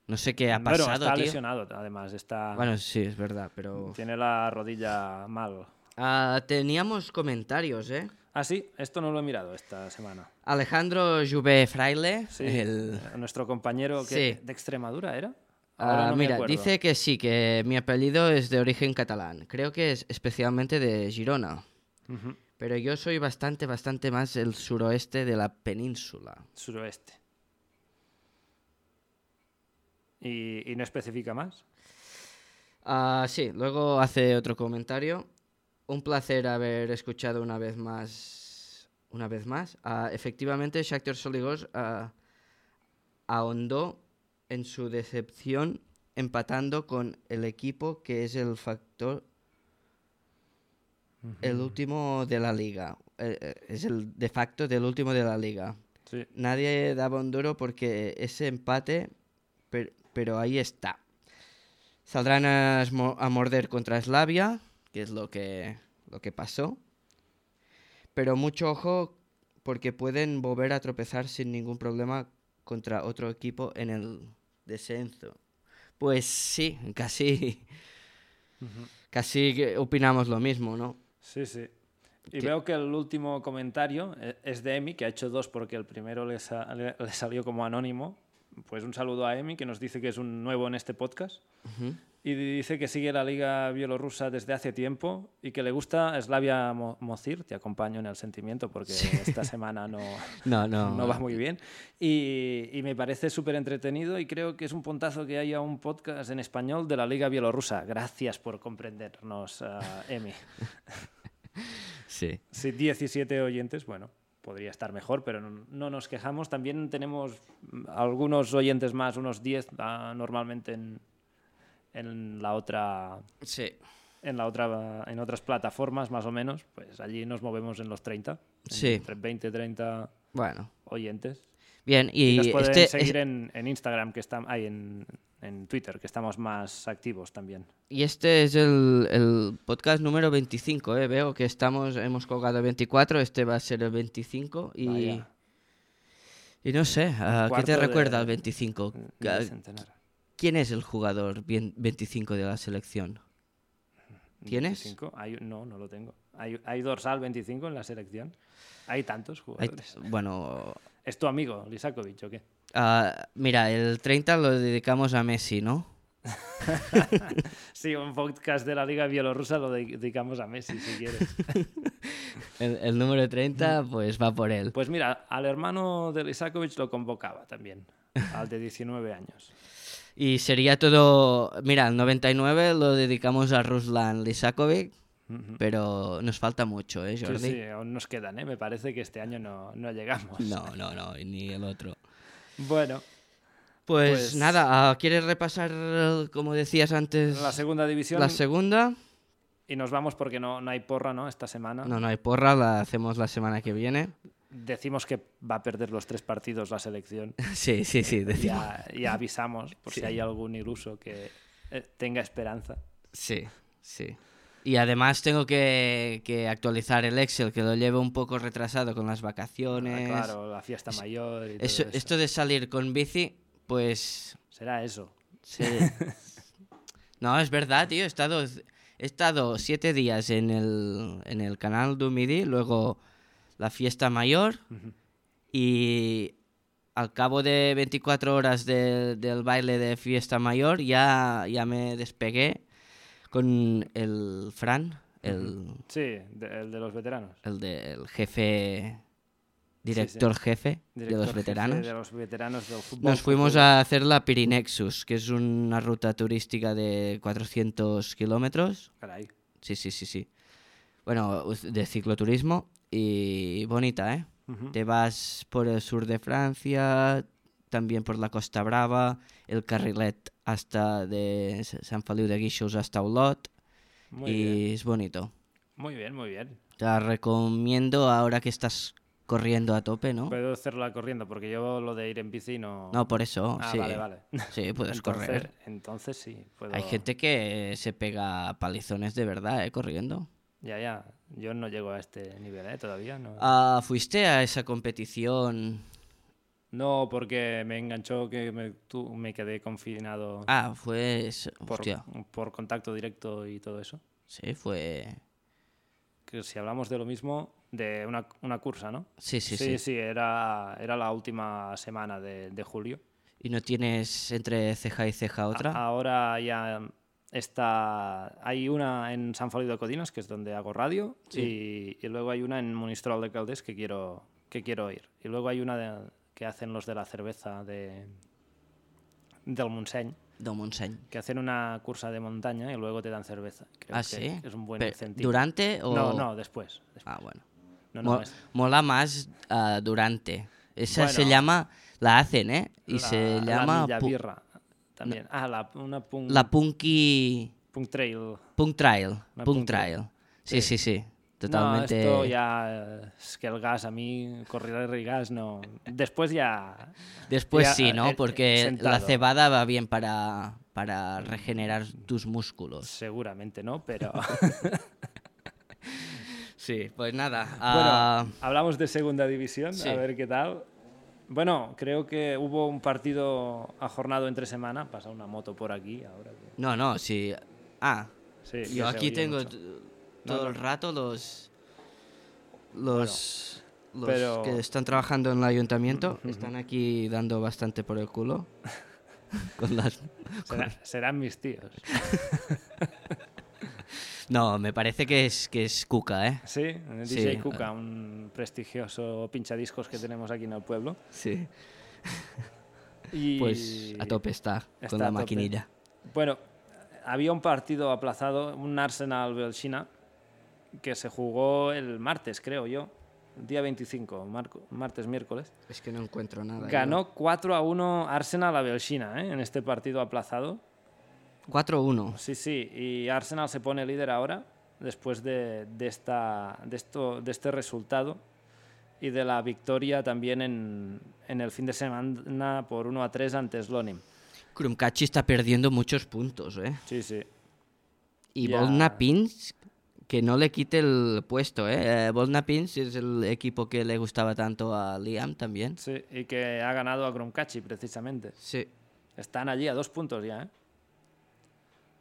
Speaker 2: No sé qué ha
Speaker 1: Bueno,
Speaker 2: pasado,
Speaker 1: está
Speaker 2: tío.
Speaker 1: lesionado, además, está,
Speaker 2: Bueno, sí, es verdad, pero...
Speaker 1: tiene la rodilla mal.
Speaker 2: Ah, teníamos comentarios, ¿eh?
Speaker 1: Ah, sí, esto no lo he mirado esta semana.
Speaker 2: Alejandro Juve Fraile,
Speaker 1: Sí,
Speaker 2: el...
Speaker 1: nuestro compañero que,
Speaker 2: Sí,
Speaker 1: de Extremadura era. Ahora
Speaker 2: Ah,
Speaker 1: no me
Speaker 2: mira,
Speaker 1: acuerdo.
Speaker 2: dice que sí, que mi apellido es de origen catalán. Creo que es especialmente de Girona.
Speaker 1: Ujú,
Speaker 2: Pero yo soy bastante, bastante más el suroeste de la península.
Speaker 1: Suroeste. Y, y no especifica más.
Speaker 2: Ah, sí, luego hace otro comentario. Un placer haber escuchado una vez más. Una vez más. Ah, efectivamente, Shakhtar Soligos ahondó en su decepción empatando con el equipo que es el factor. El último de la liga. Eh, eh, es el de facto del último de la liga.
Speaker 1: Sí.
Speaker 2: Nadie daba un duro porque ese empate, per- pero ahí está. Saldrán a, esmo- a morder contra Slavia, que es lo que, lo lo que pasó. Pero mucho ojo porque pueden volver a tropezar sin ningún problema contra otro equipo en el descenso. Pues sí, casi,
Speaker 1: Ujú.
Speaker 2: casi que opinamos lo mismo, ¿no?
Speaker 1: Sí, sí. Y
Speaker 2: Que-
Speaker 1: veo que el último comentario eh, es de Emi, que ha hecho dos porque el primero le, sa- le- le salió como anónimo. Pues un saludo a Emi, que nos dice que es un nuevo en este podcast. Y dice que sigue la liga bielorrusa desde hace tiempo y que le gusta Slavia Mo- Mozir. Te acompaño en el sentimiento porque esta semana no,
Speaker 2: No, no.
Speaker 1: no va muy bien. Y, y me parece súper entretenido y creo que es un puntazo que haya un podcast en español de la liga bielorrusa. Gracias por comprendernos, ah, Emi.
Speaker 2: Sí.
Speaker 1: Sí, 17 oyentes, bueno, podría estar mejor, pero no, no nos quejamos. También tenemos mm, algunos oyentes más, unos 10 ah, normalmente en, en la otra
Speaker 2: Sí.
Speaker 1: en la otra en otras plataformas más o menos, pues allí nos movemos en los 30,
Speaker 2: Sí.
Speaker 1: entre 20 30
Speaker 2: Bueno.
Speaker 1: oyentes.
Speaker 2: Bien, y,
Speaker 1: Nos pueden
Speaker 2: este,
Speaker 1: seguir
Speaker 2: es-
Speaker 1: en, en Instagram que están hay en en Twitter, que estamos más activos también.
Speaker 2: y este es el, el podcast número 25, ¿eh? Veo que estamos, hemos colgado 24, este va a ser el 25 y,
Speaker 1: Vaya,
Speaker 2: y no sé, ¿a ¿qué
Speaker 1: cuarto
Speaker 2: te
Speaker 1: de- Mm,
Speaker 2: recuerda el 25?
Speaker 1: medio
Speaker 2: ¿A-
Speaker 1: centenar.
Speaker 2: ¿Quién es el jugador bien- 25 de la selección? ¿Tienes?
Speaker 1: 25. Hay- no, no lo tengo. Hay, hay dorsal 25 en la selección. Hay tantos
Speaker 2: Hay-
Speaker 1: jugadores.
Speaker 2: bueno,
Speaker 1: ¿Es tu amigo, Lisakovic, o qué?
Speaker 2: ah, mira, el 30 lo dedicamos a Messi, ¿no?
Speaker 1: Sí, un podcast de la Liga Bielorrusa lo de- dedicamos a Messi, si quieres.
Speaker 2: El, el número 30 pues va por él.
Speaker 1: Pues mira, al hermano de Lisakovic lo convocaba también, al de 19 años.
Speaker 2: Y sería todo. Mira, el 99 lo dedicamos a Ruslan Lisakovic,
Speaker 1: Ujú.
Speaker 2: pero nos falta mucho, ¿eh,
Speaker 1: Sí,
Speaker 2: Jordi?
Speaker 1: sí, aún nos quedan, ¿eh? Me parece que este año no, no llegamos.
Speaker 2: No, no, no, y ni el otro.
Speaker 1: Bueno,
Speaker 2: Pues,
Speaker 1: Pues-
Speaker 2: nada, ah, ¿quieres repasar, el- como decías antes,
Speaker 1: la segunda división
Speaker 2: la segunda?
Speaker 1: y nos vamos porque no, no hay porra, ¿no? Esta semana.
Speaker 2: No, no hay porra, la hacemos la semana que viene.
Speaker 1: Decimos que va a perder los tres partidos la selección.
Speaker 2: Sí, sí, sí, decimos.
Speaker 1: ya, ya avisamos por si hay algún iluso que eh, tenga esperanza. Ah,
Speaker 2: Sí, sí. Y además tengo que, que actualizar el Excel, que lo llevo un poco retrasado con las
Speaker 1: Ah,
Speaker 2: vacaciones.
Speaker 1: claro, la fiesta mayor y todo
Speaker 2: Eso-
Speaker 1: eso.
Speaker 2: esto de salir con bici, pues
Speaker 1: Será eso.
Speaker 2: se- no, es verdad, tío. He estado, he estado siete días en el, en el canal du Midi, luego la fiesta mayor y al cabo de 24 horas de- del baile de fiesta mayor ya, ya me despegué con el Fran, el,
Speaker 1: Sí, de- el de los veteranos.
Speaker 2: el, de- el jefe, director jefe de
Speaker 1: Director
Speaker 2: los
Speaker 1: jefe
Speaker 2: veteranos.
Speaker 1: De los veteranos del fútbol.
Speaker 2: Nos fuimos
Speaker 1: portugués.
Speaker 2: a hacer la Pirinexus, que es una ruta turística de 400 kilómetros.
Speaker 1: Caray.
Speaker 2: Sí, sí, sí, sí. Bueno, us- de cicloturismo y bonita, ¿eh?
Speaker 1: Ujú.
Speaker 2: Te vas por el sur de Francia, también por la Costa Brava, el carrilet hasta de S- Sant Feliu de Guíxols hasta Olot
Speaker 1: Muy,
Speaker 2: y
Speaker 1: bien.
Speaker 2: es bonito.
Speaker 1: muy bien, muy bien.
Speaker 2: Te la recomiendo ahora que estás corriendo a tope, ¿no?
Speaker 1: Puedo hacerla corriendo porque yo lo de ir en bici no.
Speaker 2: No, por eso,
Speaker 1: Ah,
Speaker 2: sí.
Speaker 1: vale, vale.
Speaker 2: Sí, puedes
Speaker 1: entonces,
Speaker 2: correr.
Speaker 1: Entonces sí. puedo-
Speaker 2: Hay gente que se pega palizones de verdad, ¿eh? Corriendo.
Speaker 1: Ya, ya. Yo no llego a este nivel, ¿eh? Todavía no.
Speaker 2: Ah, ¿Fuiste a esa competición?
Speaker 1: No, porque me enganchó que me, tu- me quedé confinado
Speaker 2: Ah, fue... es-
Speaker 1: por,
Speaker 2: Hostia.
Speaker 1: por contacto directo y todo eso.
Speaker 2: Sí, fue...
Speaker 1: Que si hablamos de lo mismo, de una, una cursa, ¿no?
Speaker 2: Sí, sí, sí,
Speaker 1: sí, era, era la última semana de, de julio.
Speaker 2: ¿Y no tienes entre ceja y ceja otra?
Speaker 1: A- ahora ya está. Hay una en San Feliu de Codinas, que es donde hago radio, y, y luego hay una en Monistrol de Caldés que quiero, que quiero ir. Y luego hay una de- que hacen los de la cerveza de, del Montseny.
Speaker 2: No, Montseny.
Speaker 1: que hacen una cursa de montaña y luego te dan cerveza. Creo
Speaker 2: Ah,
Speaker 1: que
Speaker 2: sí.
Speaker 1: Es un buen
Speaker 2: Pero,
Speaker 1: incentivo.
Speaker 2: ¿Durante o...?
Speaker 1: No, no, después. después.
Speaker 2: Ah, bueno.
Speaker 1: No,
Speaker 2: Mo-
Speaker 1: no, es-
Speaker 2: Mola más ah, durante. Esa se
Speaker 1: Bueno.
Speaker 2: llama... La hacen, ¿eh? Y
Speaker 1: la-
Speaker 2: se llama...
Speaker 1: La
Speaker 2: pu-
Speaker 1: Birra también. Ah, la, una punk,
Speaker 2: la Punky...
Speaker 1: punk Trail.
Speaker 2: Punk Trail.
Speaker 1: La
Speaker 2: Punk
Speaker 1: Punk Trail.
Speaker 2: Trail. Sí, sí, sí.
Speaker 1: No,
Speaker 2: Totalmente...
Speaker 1: esto ya eh, es que el gas a mí, correr el gas no. Después ya.
Speaker 2: Después
Speaker 1: Ya,
Speaker 2: sí,
Speaker 1: eh,
Speaker 2: ¿no?
Speaker 1: eh,
Speaker 2: Porque la
Speaker 1: sentado.
Speaker 2: cebada va bien para, para regenerar tus músculos.
Speaker 1: Seguramente no, pero.
Speaker 2: Sí, pues nada. ah,
Speaker 1: Bueno, hablamos de segunda división,
Speaker 2: sí.
Speaker 1: a ver qué tal. Bueno, creo que hubo un partido ajornado entre semana. Pasa una moto por aquí ahora. que-
Speaker 2: No, no, sí. Ah,
Speaker 1: Sí, que se
Speaker 2: yo aquí
Speaker 1: oye
Speaker 2: tengo
Speaker 1: mucho.
Speaker 2: t-
Speaker 1: No,
Speaker 2: todo
Speaker 1: no.
Speaker 2: el rato los. Los. los
Speaker 1: pero-
Speaker 2: que están trabajando en el ayuntamiento están aquí dando bastante por el culo. con las.
Speaker 1: Será- serán mis tíos.
Speaker 2: No, me parece que es, que es Cuca, ¿eh?
Speaker 1: Sí, el DJ
Speaker 2: Sí,
Speaker 1: Cuca, un prestigioso pinchadiscos que tenemos aquí en el pueblo.
Speaker 2: Sí.
Speaker 1: Y
Speaker 2: Pues a tope está,
Speaker 1: Está
Speaker 2: con
Speaker 1: a
Speaker 2: la
Speaker 1: tope.
Speaker 2: maquinilla.
Speaker 1: Bueno, había un partido aplazado, un Arsenal Belchina, que se jugó el martes, creo yo, día 25, marco- martes, miércoles.
Speaker 2: Es que no encuentro nada.
Speaker 1: Ganó 4 a 1 Arsenal a Belchina ¿eh? en este partido aplazado.
Speaker 2: yo. 4-1.
Speaker 1: Sí, sí, y Arsenal se pone líder ahora después de, de esta, de, esto, de este resultado y de la victoria también en, en el fin de semana por 1 a 3 ante Slonim.
Speaker 2: Krumkachi está perdiendo muchos puntos, ¿eh?
Speaker 1: Sí, sí.
Speaker 2: Y
Speaker 1: Ya.
Speaker 2: Volna Pins, que no le quite el puesto, ¿eh? Eh, Volna Pins es el equipo que le gustaba tanto a Liam también.
Speaker 1: Sí, y que ha ganado a Gronkachi precisamente.
Speaker 2: Sí.
Speaker 1: Están allí a dos puntos ya, ¿eh?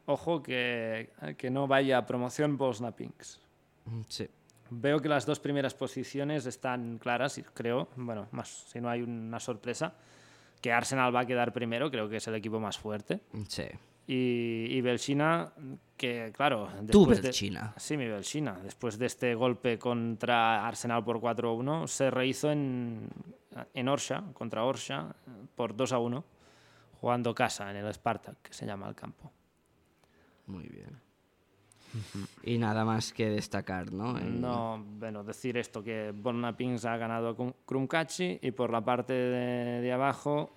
Speaker 1: Ojo que, que no vaya a promoción Bosna Pinks.
Speaker 2: Mm, Sí.
Speaker 1: Veo que las dos primeras posiciones están claras, y creo, bueno, más si no hay una sorpresa, que Arsenal va a quedar primero, creo que es el equipo más fuerte.
Speaker 2: Mm, sí.
Speaker 1: Y, y Belchina, que claro...
Speaker 2: Tú,
Speaker 1: después de-
Speaker 2: Belchina.
Speaker 1: Sí, mi Belchina. Después de este golpe contra Arsenal por 4-1, se rehizo en, en Orsha, contra Orsha, por 2-1, jugando casa en el Spartak, que se llama el campo.
Speaker 2: Muy bien. Y nada más que destacar, ¿no? En-
Speaker 1: No, bueno, decir esto, que Bonna Pings ha ganado a Krum- Krumkachi y por la parte de, de abajo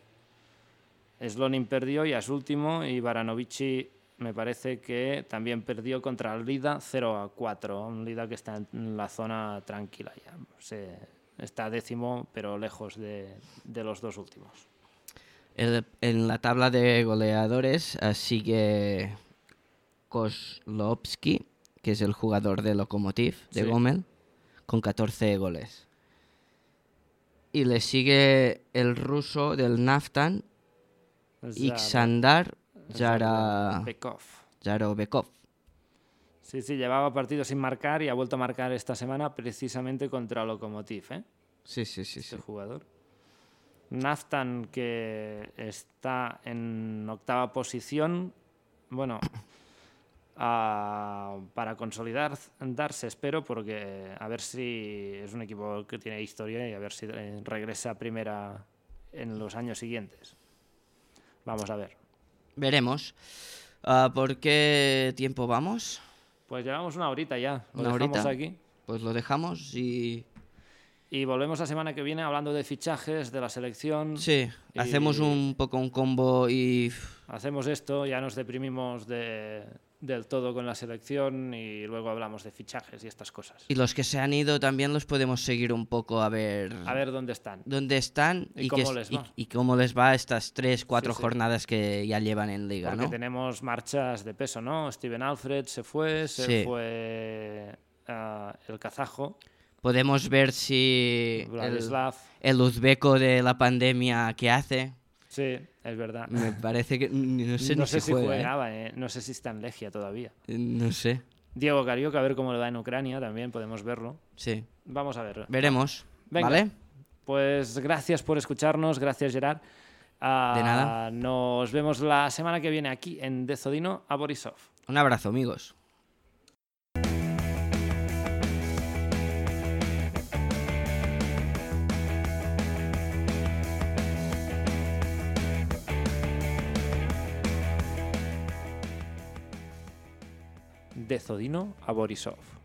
Speaker 1: Slonin perdió y es último y Baranovici me parece que también perdió contra el Lida 0 a 4, un Lida que está en la zona tranquila ya, se, está décimo pero lejos de, de los dos últimos.
Speaker 2: El- en la tabla de goleadores eh, sigue Kozlovski, que es el jugador de Lokomotiv de
Speaker 1: Sí.
Speaker 2: Gomel, con 14 goles. Y le sigue el ruso del Naftan, Iksandar Zara-
Speaker 1: Bekov.
Speaker 2: Zarobekov.
Speaker 1: Sí, sí, llevaba partido sin marcar y ha vuelto a marcar esta semana precisamente contra Lokomotiv, ¿eh?
Speaker 2: Sí, sí, sí,
Speaker 1: este
Speaker 2: sí.
Speaker 1: jugador. Naftan, que está en octava posición. Bueno, ah, para consolidar darse, espero, porque a ver si es un equipo que tiene historia y a ver si eh, regresa a primera en los años siguientes. Vamos a ver.
Speaker 2: Veremos. Ah, ¿Por qué tiempo vamos?
Speaker 1: Pues llevamos una horita ya. Lo
Speaker 2: Una
Speaker 1: dejamos
Speaker 2: horita.
Speaker 1: aquí.
Speaker 2: Pues lo dejamos y...
Speaker 1: Y volvemos la semana que viene hablando de fichajes, de la selección.
Speaker 2: Sí, hacemos
Speaker 1: Y-
Speaker 2: un poco un combo y...
Speaker 1: hacemos esto, ya nos deprimimos de- del todo con la selección y luego hablamos de fichajes y estas cosas.
Speaker 2: Y los que se han ido también los podemos seguir un poco a ver,
Speaker 1: A ver dónde están.
Speaker 2: dónde están
Speaker 1: y
Speaker 2: y, qué
Speaker 1: cómo
Speaker 2: es-
Speaker 1: les
Speaker 2: y-
Speaker 1: va.
Speaker 2: y cómo les va estas tres, cuatro
Speaker 1: sí.
Speaker 2: jornadas que ya llevan en liga,
Speaker 1: Porque
Speaker 2: ¿no?
Speaker 1: tenemos marchas de peso, ¿no? Steven Alfred se fue, se
Speaker 2: Sí.
Speaker 1: fue ah, el kazajo,
Speaker 2: Podemos ver si el,
Speaker 1: Vladislav.
Speaker 2: el uzbeco de la pandemia que hace.
Speaker 1: Sí, es verdad.
Speaker 2: Me parece que ni- no sé,
Speaker 1: no
Speaker 2: ni
Speaker 1: sé
Speaker 2: si
Speaker 1: si
Speaker 2: juega, ¿eh?
Speaker 1: jugaba, eh, no sé si está en Legia todavía.
Speaker 2: No sé,
Speaker 1: Diego Carioca, a ver cómo le va en Ucrania, también podemos verlo.
Speaker 2: sí.
Speaker 1: Vamos a ver.
Speaker 2: Veremos,
Speaker 1: Venga.
Speaker 2: ¿vale?
Speaker 1: Pues gracias por escucharnos, gracias Gerard. Ah,
Speaker 2: De nada.
Speaker 1: Nos vemos la semana que viene aquí en Dezodino a Borisov.
Speaker 2: Un abrazo, amigos.
Speaker 1: Dezodino a Borisov.